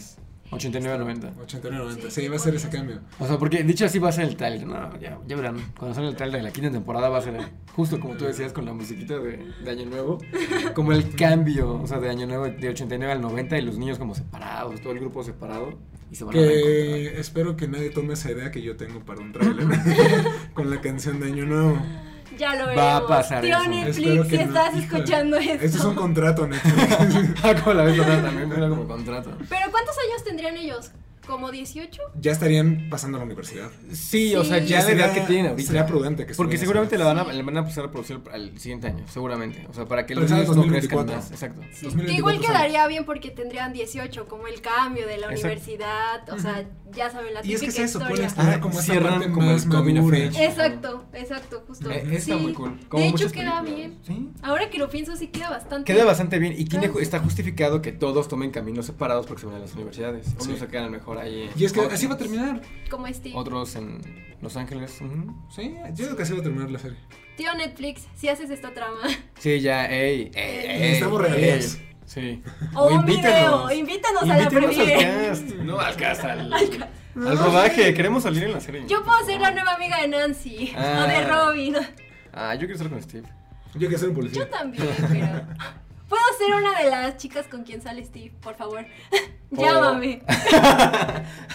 S2: 89, 90.
S1: 89, 90.
S3: Sí,
S1: Sí,
S3: sí,
S1: va a ser
S3: podría
S1: ese
S3: ser.
S1: cambio.
S2: O sea, porque dicho así va a ser el trailer. No, ya, ya verán. Cuando salga el trailer de la quinta temporada va a ser justo como tú decías con la musiquita de, de Año Nuevo. Como el cambio, o sea, de Año Nuevo de 89 al 90 y los niños como separados, todo el grupo separado y se van a reencontrar.
S1: Que espero que nadie tome esa idea que yo tengo para un trailer con la canción de Año Nuevo.
S3: Ya lo veremos.
S2: Va a pasar
S3: Tío
S2: eso.
S1: Espero
S3: Netflix, si
S1: que no.
S3: estás
S1: Híjole,
S3: escuchando esto.
S1: Esto es un contrato, Netflix.
S2: Ah, como la vez pasada también era como contrato.
S3: Pero ¿cuántos años tendrían ellos? ¿Como 18?
S1: ya estarían pasando a la universidad.
S2: Sí,
S3: o sea, ya
S1: la edad que tienen ahorita.
S2: Sería
S1: prudente que
S2: Porque
S1: estuvieran
S2: seguramente la
S1: haciendo
S2: van, a, la van a empezar a producir al siguiente año, seguramente. O sea, para que
S1: Pero
S2: los
S1: ya es
S2: niños no crezcan
S1: 2024.
S2: más. Exacto.
S3: Sí,
S1: 2024
S3: que igual
S1: años.
S3: quedaría bien porque tendrían 18, como el cambio de la
S2: Exacto.
S3: universidad, o sea, ya saben la
S1: Y es que
S3: típica
S1: es eso,
S3: historia.
S1: puedes tener como esa
S2: Cierran
S1: parte
S2: como el
S1: más
S2: coming of
S1: madura.
S2: age.
S3: Exacto, exacto, justo.
S2: Eh, está
S3: Sí,
S2: muy cool.
S3: de hecho,
S2: muchas
S3: queda bien.
S2: películas. Sí.
S3: Ahora que lo pienso, sí queda bastante.
S2: Queda bastante bien y tiene,
S3: Ah, sí.
S2: está justificado que todos tomen caminos separados porque se van a las universidades.
S1: Sí.
S2: Unos se quedan mejor ahí. en
S1: Y es que
S2: Oakland,
S1: así va a terminar.
S3: Como Steve.
S2: Otros en Los Ángeles. ujú.
S1: Sí, yo creo que así va a terminar la serie.
S3: Tío Netflix, si haces esta trama.
S2: Sí, ya, ey, ey, ey,
S1: Necesitamos
S2: ey.
S1: regalías.
S2: Sí.
S1: Oh,
S3: O un
S2: invítanos.
S3: video. Invítanos, a la
S2: Invítenos al
S3: premiere.
S2: cast. No, al cast, al, al rodaje. Queremos salir en la serie.
S3: Yo puedo ser la nueva amiga de Nancy.
S2: Ah.
S3: O de Robin.
S2: Ah, yo quiero estar con Steve.
S1: Yo quiero ser un
S3: Yo
S1: policía.
S3: también, pero. Puedo ser una de las chicas con quien sale Steve, por favor.
S2: Oh.
S3: Llámame.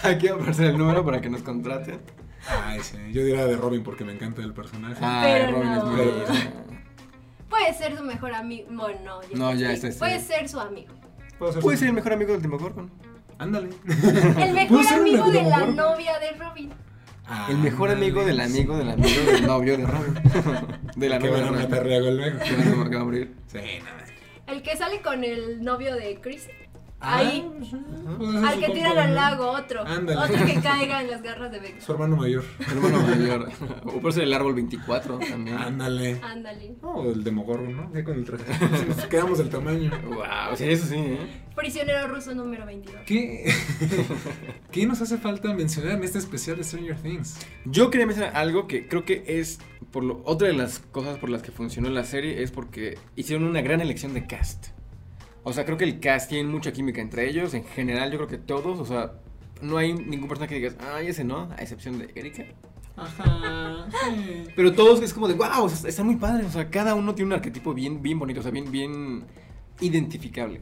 S2: Aquí va a aparecer el número para que nos contraten.
S1: Ay, sí. Yo diría de Robin porque me encanta el personaje.
S2: Ay,
S3: Pero
S2: Robin es
S3: no.
S2: muy buena.
S3: Puede ser su mejor amigo. No, no, ya.
S2: No, ya
S3: Steve.
S2: está,
S3: Puede
S2: sí.
S3: ser su amigo.
S1: ¿Puedo ser
S2: Puede
S1: su-
S2: ser el mejor amigo del Demogorgon.
S1: Ándale.
S3: El
S1: ¿Puedo
S3: mejor
S1: ser un Ah,
S3: amigo de la
S1: Demogorgon?
S3: novia de Robin.
S2: El mejor amigo del amigo del amigo del novio de Robin. De la
S1: Que
S2: novia de
S1: van a matar
S2: Robin.
S1: a luego.
S2: Que van a- que va a morir.
S1: Sí, nada.
S3: El que sale con el novio de Chris.
S1: Ah,
S3: Ahí.
S1: Pues ese es
S3: Al
S1: su
S3: que
S1: compa,
S3: tiran al
S1: ¿no?
S3: lago, otro.
S1: Ándale.
S3: Otro que caiga en las garras de Beck.
S1: Su hermano mayor.
S2: Hermano mayor. O por ser el árbol 24 también.
S1: Ándale.
S3: Ándale.
S1: O el demogorgon, ¿no? Ya con el traje. Nos Quedamos del tamaño.
S2: Wow, sí, eso sí, ¿eh?
S3: Prisionero ruso número 22.
S1: ¿Qué? ¿Qué nos hace falta mencionar en este especial de Stranger Things?
S2: Yo quería mencionar algo que creo que es por lo, otra de las cosas por las que funcionó la serie es porque hicieron una gran elección de cast. O sea, creo que el cast tiene mucha química entre ellos. En general, yo creo que todos, o sea, no hay ningún personaje que digas, ay, ese no, a excepción de Erika.
S1: Ajá. Sí.
S2: Pero todos es como de, wow, o sea, están muy padres. O sea, cada uno tiene un arquetipo bien, bien bonito, o sea, bien, bien identificable.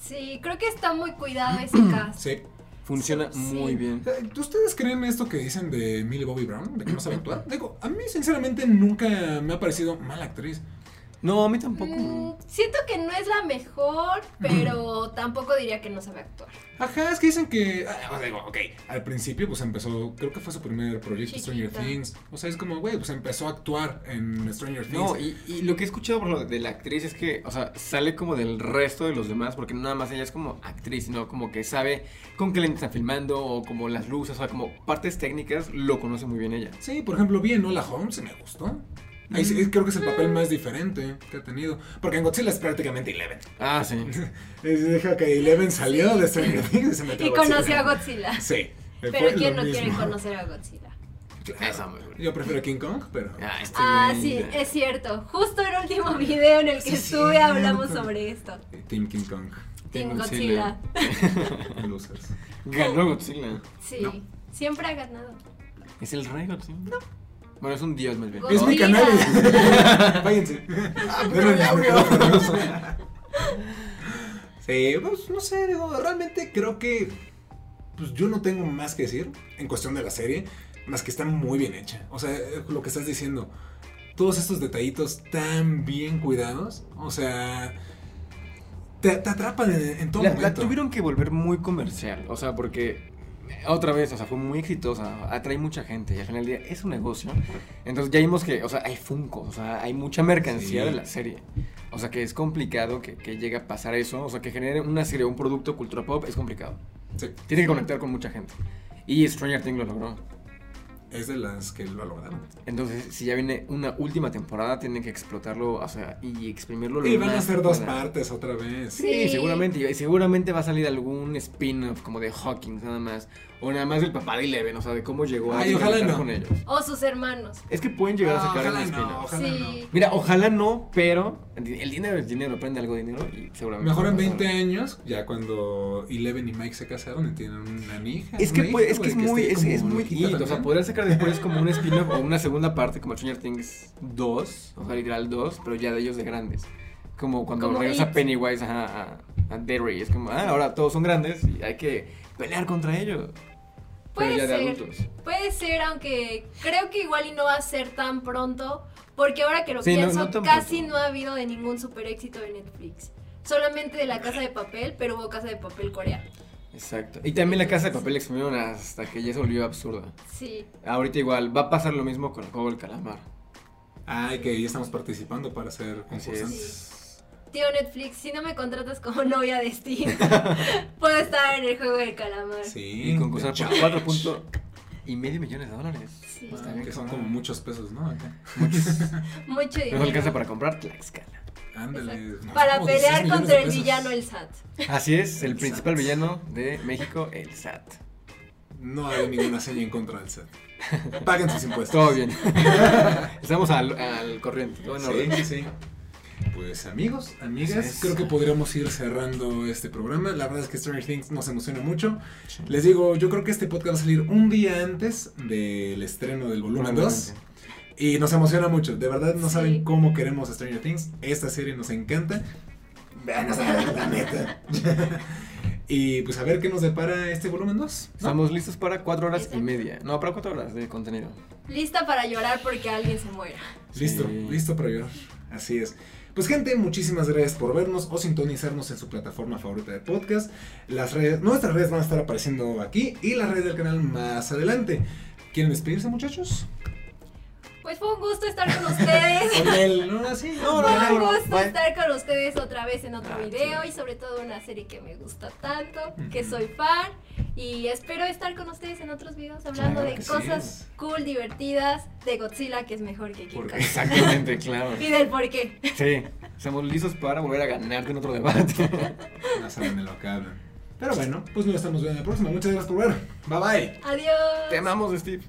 S3: Sí, creo que está muy cuidado ese cast.
S1: Sí.
S2: Funciona
S3: Sí.
S2: muy bien.
S1: Eh, ¿Ustedes creen esto que dicen de Millie Bobby Brown? ¿De que no sabe actuar? Digo, a mí sinceramente nunca me ha parecido mala actriz.
S2: No, a mí tampoco.
S3: Mm, siento que no es la mejor, pero tampoco diría que no sabe actuar.
S1: Ajá, es que dicen que. ah, o sea, digo, ok. Al principio, pues empezó. Creo que fue su primer proyecto, Stranger
S3: Chiquita.
S1: Things. O sea, es como, güey, pues empezó a actuar en Stranger Things.
S2: No, y, y lo que he escuchado por lo de la actriz es que, o sea, sale como del resto de los demás, porque nada más ella es como actriz, ¿no? Como que sabe con qué lente están filmando, o como las luces, o sea, como partes técnicas, lo conoce muy bien ella.
S1: Sí, por ejemplo, vi en Hola Holmes y me gustó. Ahí sí, creo que es el papel más diferente que ha tenido. Porque en Godzilla es prácticamente Eleven.
S2: Ah, sí.
S1: Es- Deja que Eleven salió de Stranger Things y se metió
S3: Y conoció a Godzilla.
S1: Sí. fue
S3: Pero ¿quién
S1: lo
S3: no quiere
S1: mismo.
S3: conocer a Godzilla?
S1: Claro.
S2: Esa, muy buena.
S1: Yo prefiero a King Kong, pero.
S2: Ah, este
S3: Ah,
S2: güey,
S3: sí,
S2: ya.
S3: es cierto. Justo el último video en el
S1: Sí,
S3: que
S1: es
S3: estuve
S1: cierto.
S3: hablamos sobre esto.
S1: Team King Kong.
S3: Team
S2: Godzilla.
S3: Godzilla.
S1: Losers.
S2: Ganó Godzilla.
S3: Sí,
S1: No.
S3: siempre ha ganado.
S2: ¿Es el rey Godzilla? No. Bueno, es un dios más bien.
S3: Go-
S1: Es mi
S3: Mira.
S1: canal. eh. Váyanse. Denme mis micrófonos. Sí, pues no sé, digo, realmente creo que pues yo no tengo más que decir en cuestión de la serie, más que está muy bien hecha. O sea, eh, lo que estás diciendo, todos estos detallitos tan bien cuidados, o sea, te, te atrapan en, en todo
S2: La, la
S1: momento.
S2: tuvieron que volver muy comercial, o sea, porque otra vez, o sea, fue muy exitosa, atrae mucha gente y al final del día es un negocio. Entonces ya vimos que, o sea, hay Funko, o sea, hay mucha mercancía
S1: Sí.
S2: de la serie. O sea, que es complicado que, que llegue a pasar eso, o sea, que genere una serie, un producto cultura pop es complicado.
S1: Sí,
S2: Tiene que conectar con mucha gente. Y Stranger Things lo logró.
S1: es de las que lo lograron.
S2: Entonces, si ya viene una última temporada, tienen que explotarlo, o sea, y exprimirlo. lo
S1: Y van a
S2: más que
S1: hacer dos
S2: puedan.
S1: partes otra vez.
S2: Sí,
S3: Sí.
S2: seguramente. y seguramente va a salir algún spin-off como de Hawkins, nada más. O nada más del papá de Eleven, o sea, de cómo llegó a
S1: Ay, ojalá
S2: conectar
S1: no.
S2: con ellos.
S3: O sus hermanos.
S2: Es que pueden llegar a
S1: Ah,
S2: sacar un
S1: ojalá
S2: spin-off.
S1: no, ojalá
S3: Sí.
S2: Mira, ojalá no, pero el dinero es dinero, prende algo de dinero y
S1: no.
S2: seguramente.
S1: Mejor en
S2: va a pasar.
S1: 20 años, ya cuando Eleven y Mike se casaron y tienen una hija.
S2: Es que,
S1: una
S2: puede-
S1: hija,
S2: es, que
S1: güey,
S2: es muy,
S1: esté
S2: es,
S1: como
S2: es muy
S1: loquita
S2: hit, o sea,
S1: también.
S2: podría sacar después como un spin-off o una segunda parte como Stranger Things 2, o sea, literal 2, pero ya de ellos de grandes. Como cuando
S3: Como
S2: regresa
S3: It.
S2: Pennywise ajá, a, a Derry, es como, ah, ahora todos son grandes y hay que pelear contra ellos.
S3: Puede
S2: pero ya de
S3: ser.
S2: adultos.
S3: Puede ser, aunque creo que igual y no va a ser tan pronto, porque ahora que lo
S2: Sí, no-
S3: pienso,
S2: no tan
S3: casi
S2: pronto.
S3: no ha habido de ningún super éxito de Netflix. Solamente de la Casa de Papel, pero hubo Casa de Papel coreano.
S2: Exacto. Y también la casa de papel la exprimieron hasta que ya se volvió absurda.
S3: Sí.
S2: Ahorita igual, va a pasar lo mismo con el juego del calamar.
S1: Ay, que ya estamos participando para ser
S2: Así
S1: concursantes.
S3: Tío Netflix, si no me contratas como novia de Steam, puedo estar en el juego del calamar.
S1: Sí.
S2: Y concursar por
S1: de
S2: 4 puntos y medio millones de dólares. Pues
S3: Sí.
S1: challenge.
S2: Está bien
S1: Ah, que son
S2: cabrón.
S1: como muchos pesos, ¿no? Acá.
S3: Mucho
S2: No
S3: dinero.
S2: se alcanza para comprar Tlaxcala.
S1: Ándale.
S3: Exacto.
S1: no,
S3: Para
S1: como 16
S3: pelear
S1: millones
S3: contra
S1: de
S3: el
S1: pesos.
S3: villano el SAT.
S2: Así es, el
S1: El
S2: principal
S1: SAT.
S2: villano de México, el SAT.
S1: No hay ninguna seña en contra del SAT. Paguen sus impuestos.
S2: Todo bien. Estamos al, al corriente. todo en orden.
S1: Sí, sí. Pues amigos, amigas,
S2: Así es.
S1: creo que podríamos ir cerrando este programa. La verdad es que Stranger Things nos emociona mucho. Les digo, yo creo que este podcast va a salir un día antes del estreno del volumen 2. Y nos emociona mucho. De verdad, no
S3: Sí.
S1: saben cómo queremos a Stranger Things. Esta serie nos encanta. Veanos a ver, la neta. y pues a ver qué nos depara este volumen 2.
S2: Estamos listos para cuatro horas y
S3: Exacto.
S2: media. No, para cuatro horas de contenido.
S3: Lista para llorar porque alguien se muera.
S1: Listo,
S2: Sí.
S1: listo para llorar. Así es. Pues gente, muchísimas gracias por vernos o sintonizarnos en su plataforma favorita de podcast. Las redes, nuestras redes van a estar apareciendo aquí y las redes del canal más adelante. ¿Quieren despedirse, muchachos?
S3: Pues fue un gusto estar con ustedes.
S1: Con el- no, así, no, no,
S3: Fue
S1: no,
S3: un
S1: no.
S3: gusto
S2: bye.
S3: estar con ustedes otra vez en otro
S2: Ah,
S3: video
S2: sí.
S3: y sobre todo una serie que me gusta tanto, que
S1: Ujú.
S3: soy fan y espero estar con ustedes en otros videos hablando
S2: Claro
S3: de
S1: que sí.
S3: cosas cool, divertidas, de Godzilla que es mejor que King
S1: Porque-
S3: Kong
S2: Exactamente, claro.
S3: y del por qué.
S2: Sí, estamos listos para volver a ganarte en otro debate.
S1: No saben de lo que hablan. Pero bueno, pues nos estamos viendo en la próxima. Muchas gracias por ver. Bye bye.
S3: Adiós.
S2: Te amamos, Steve.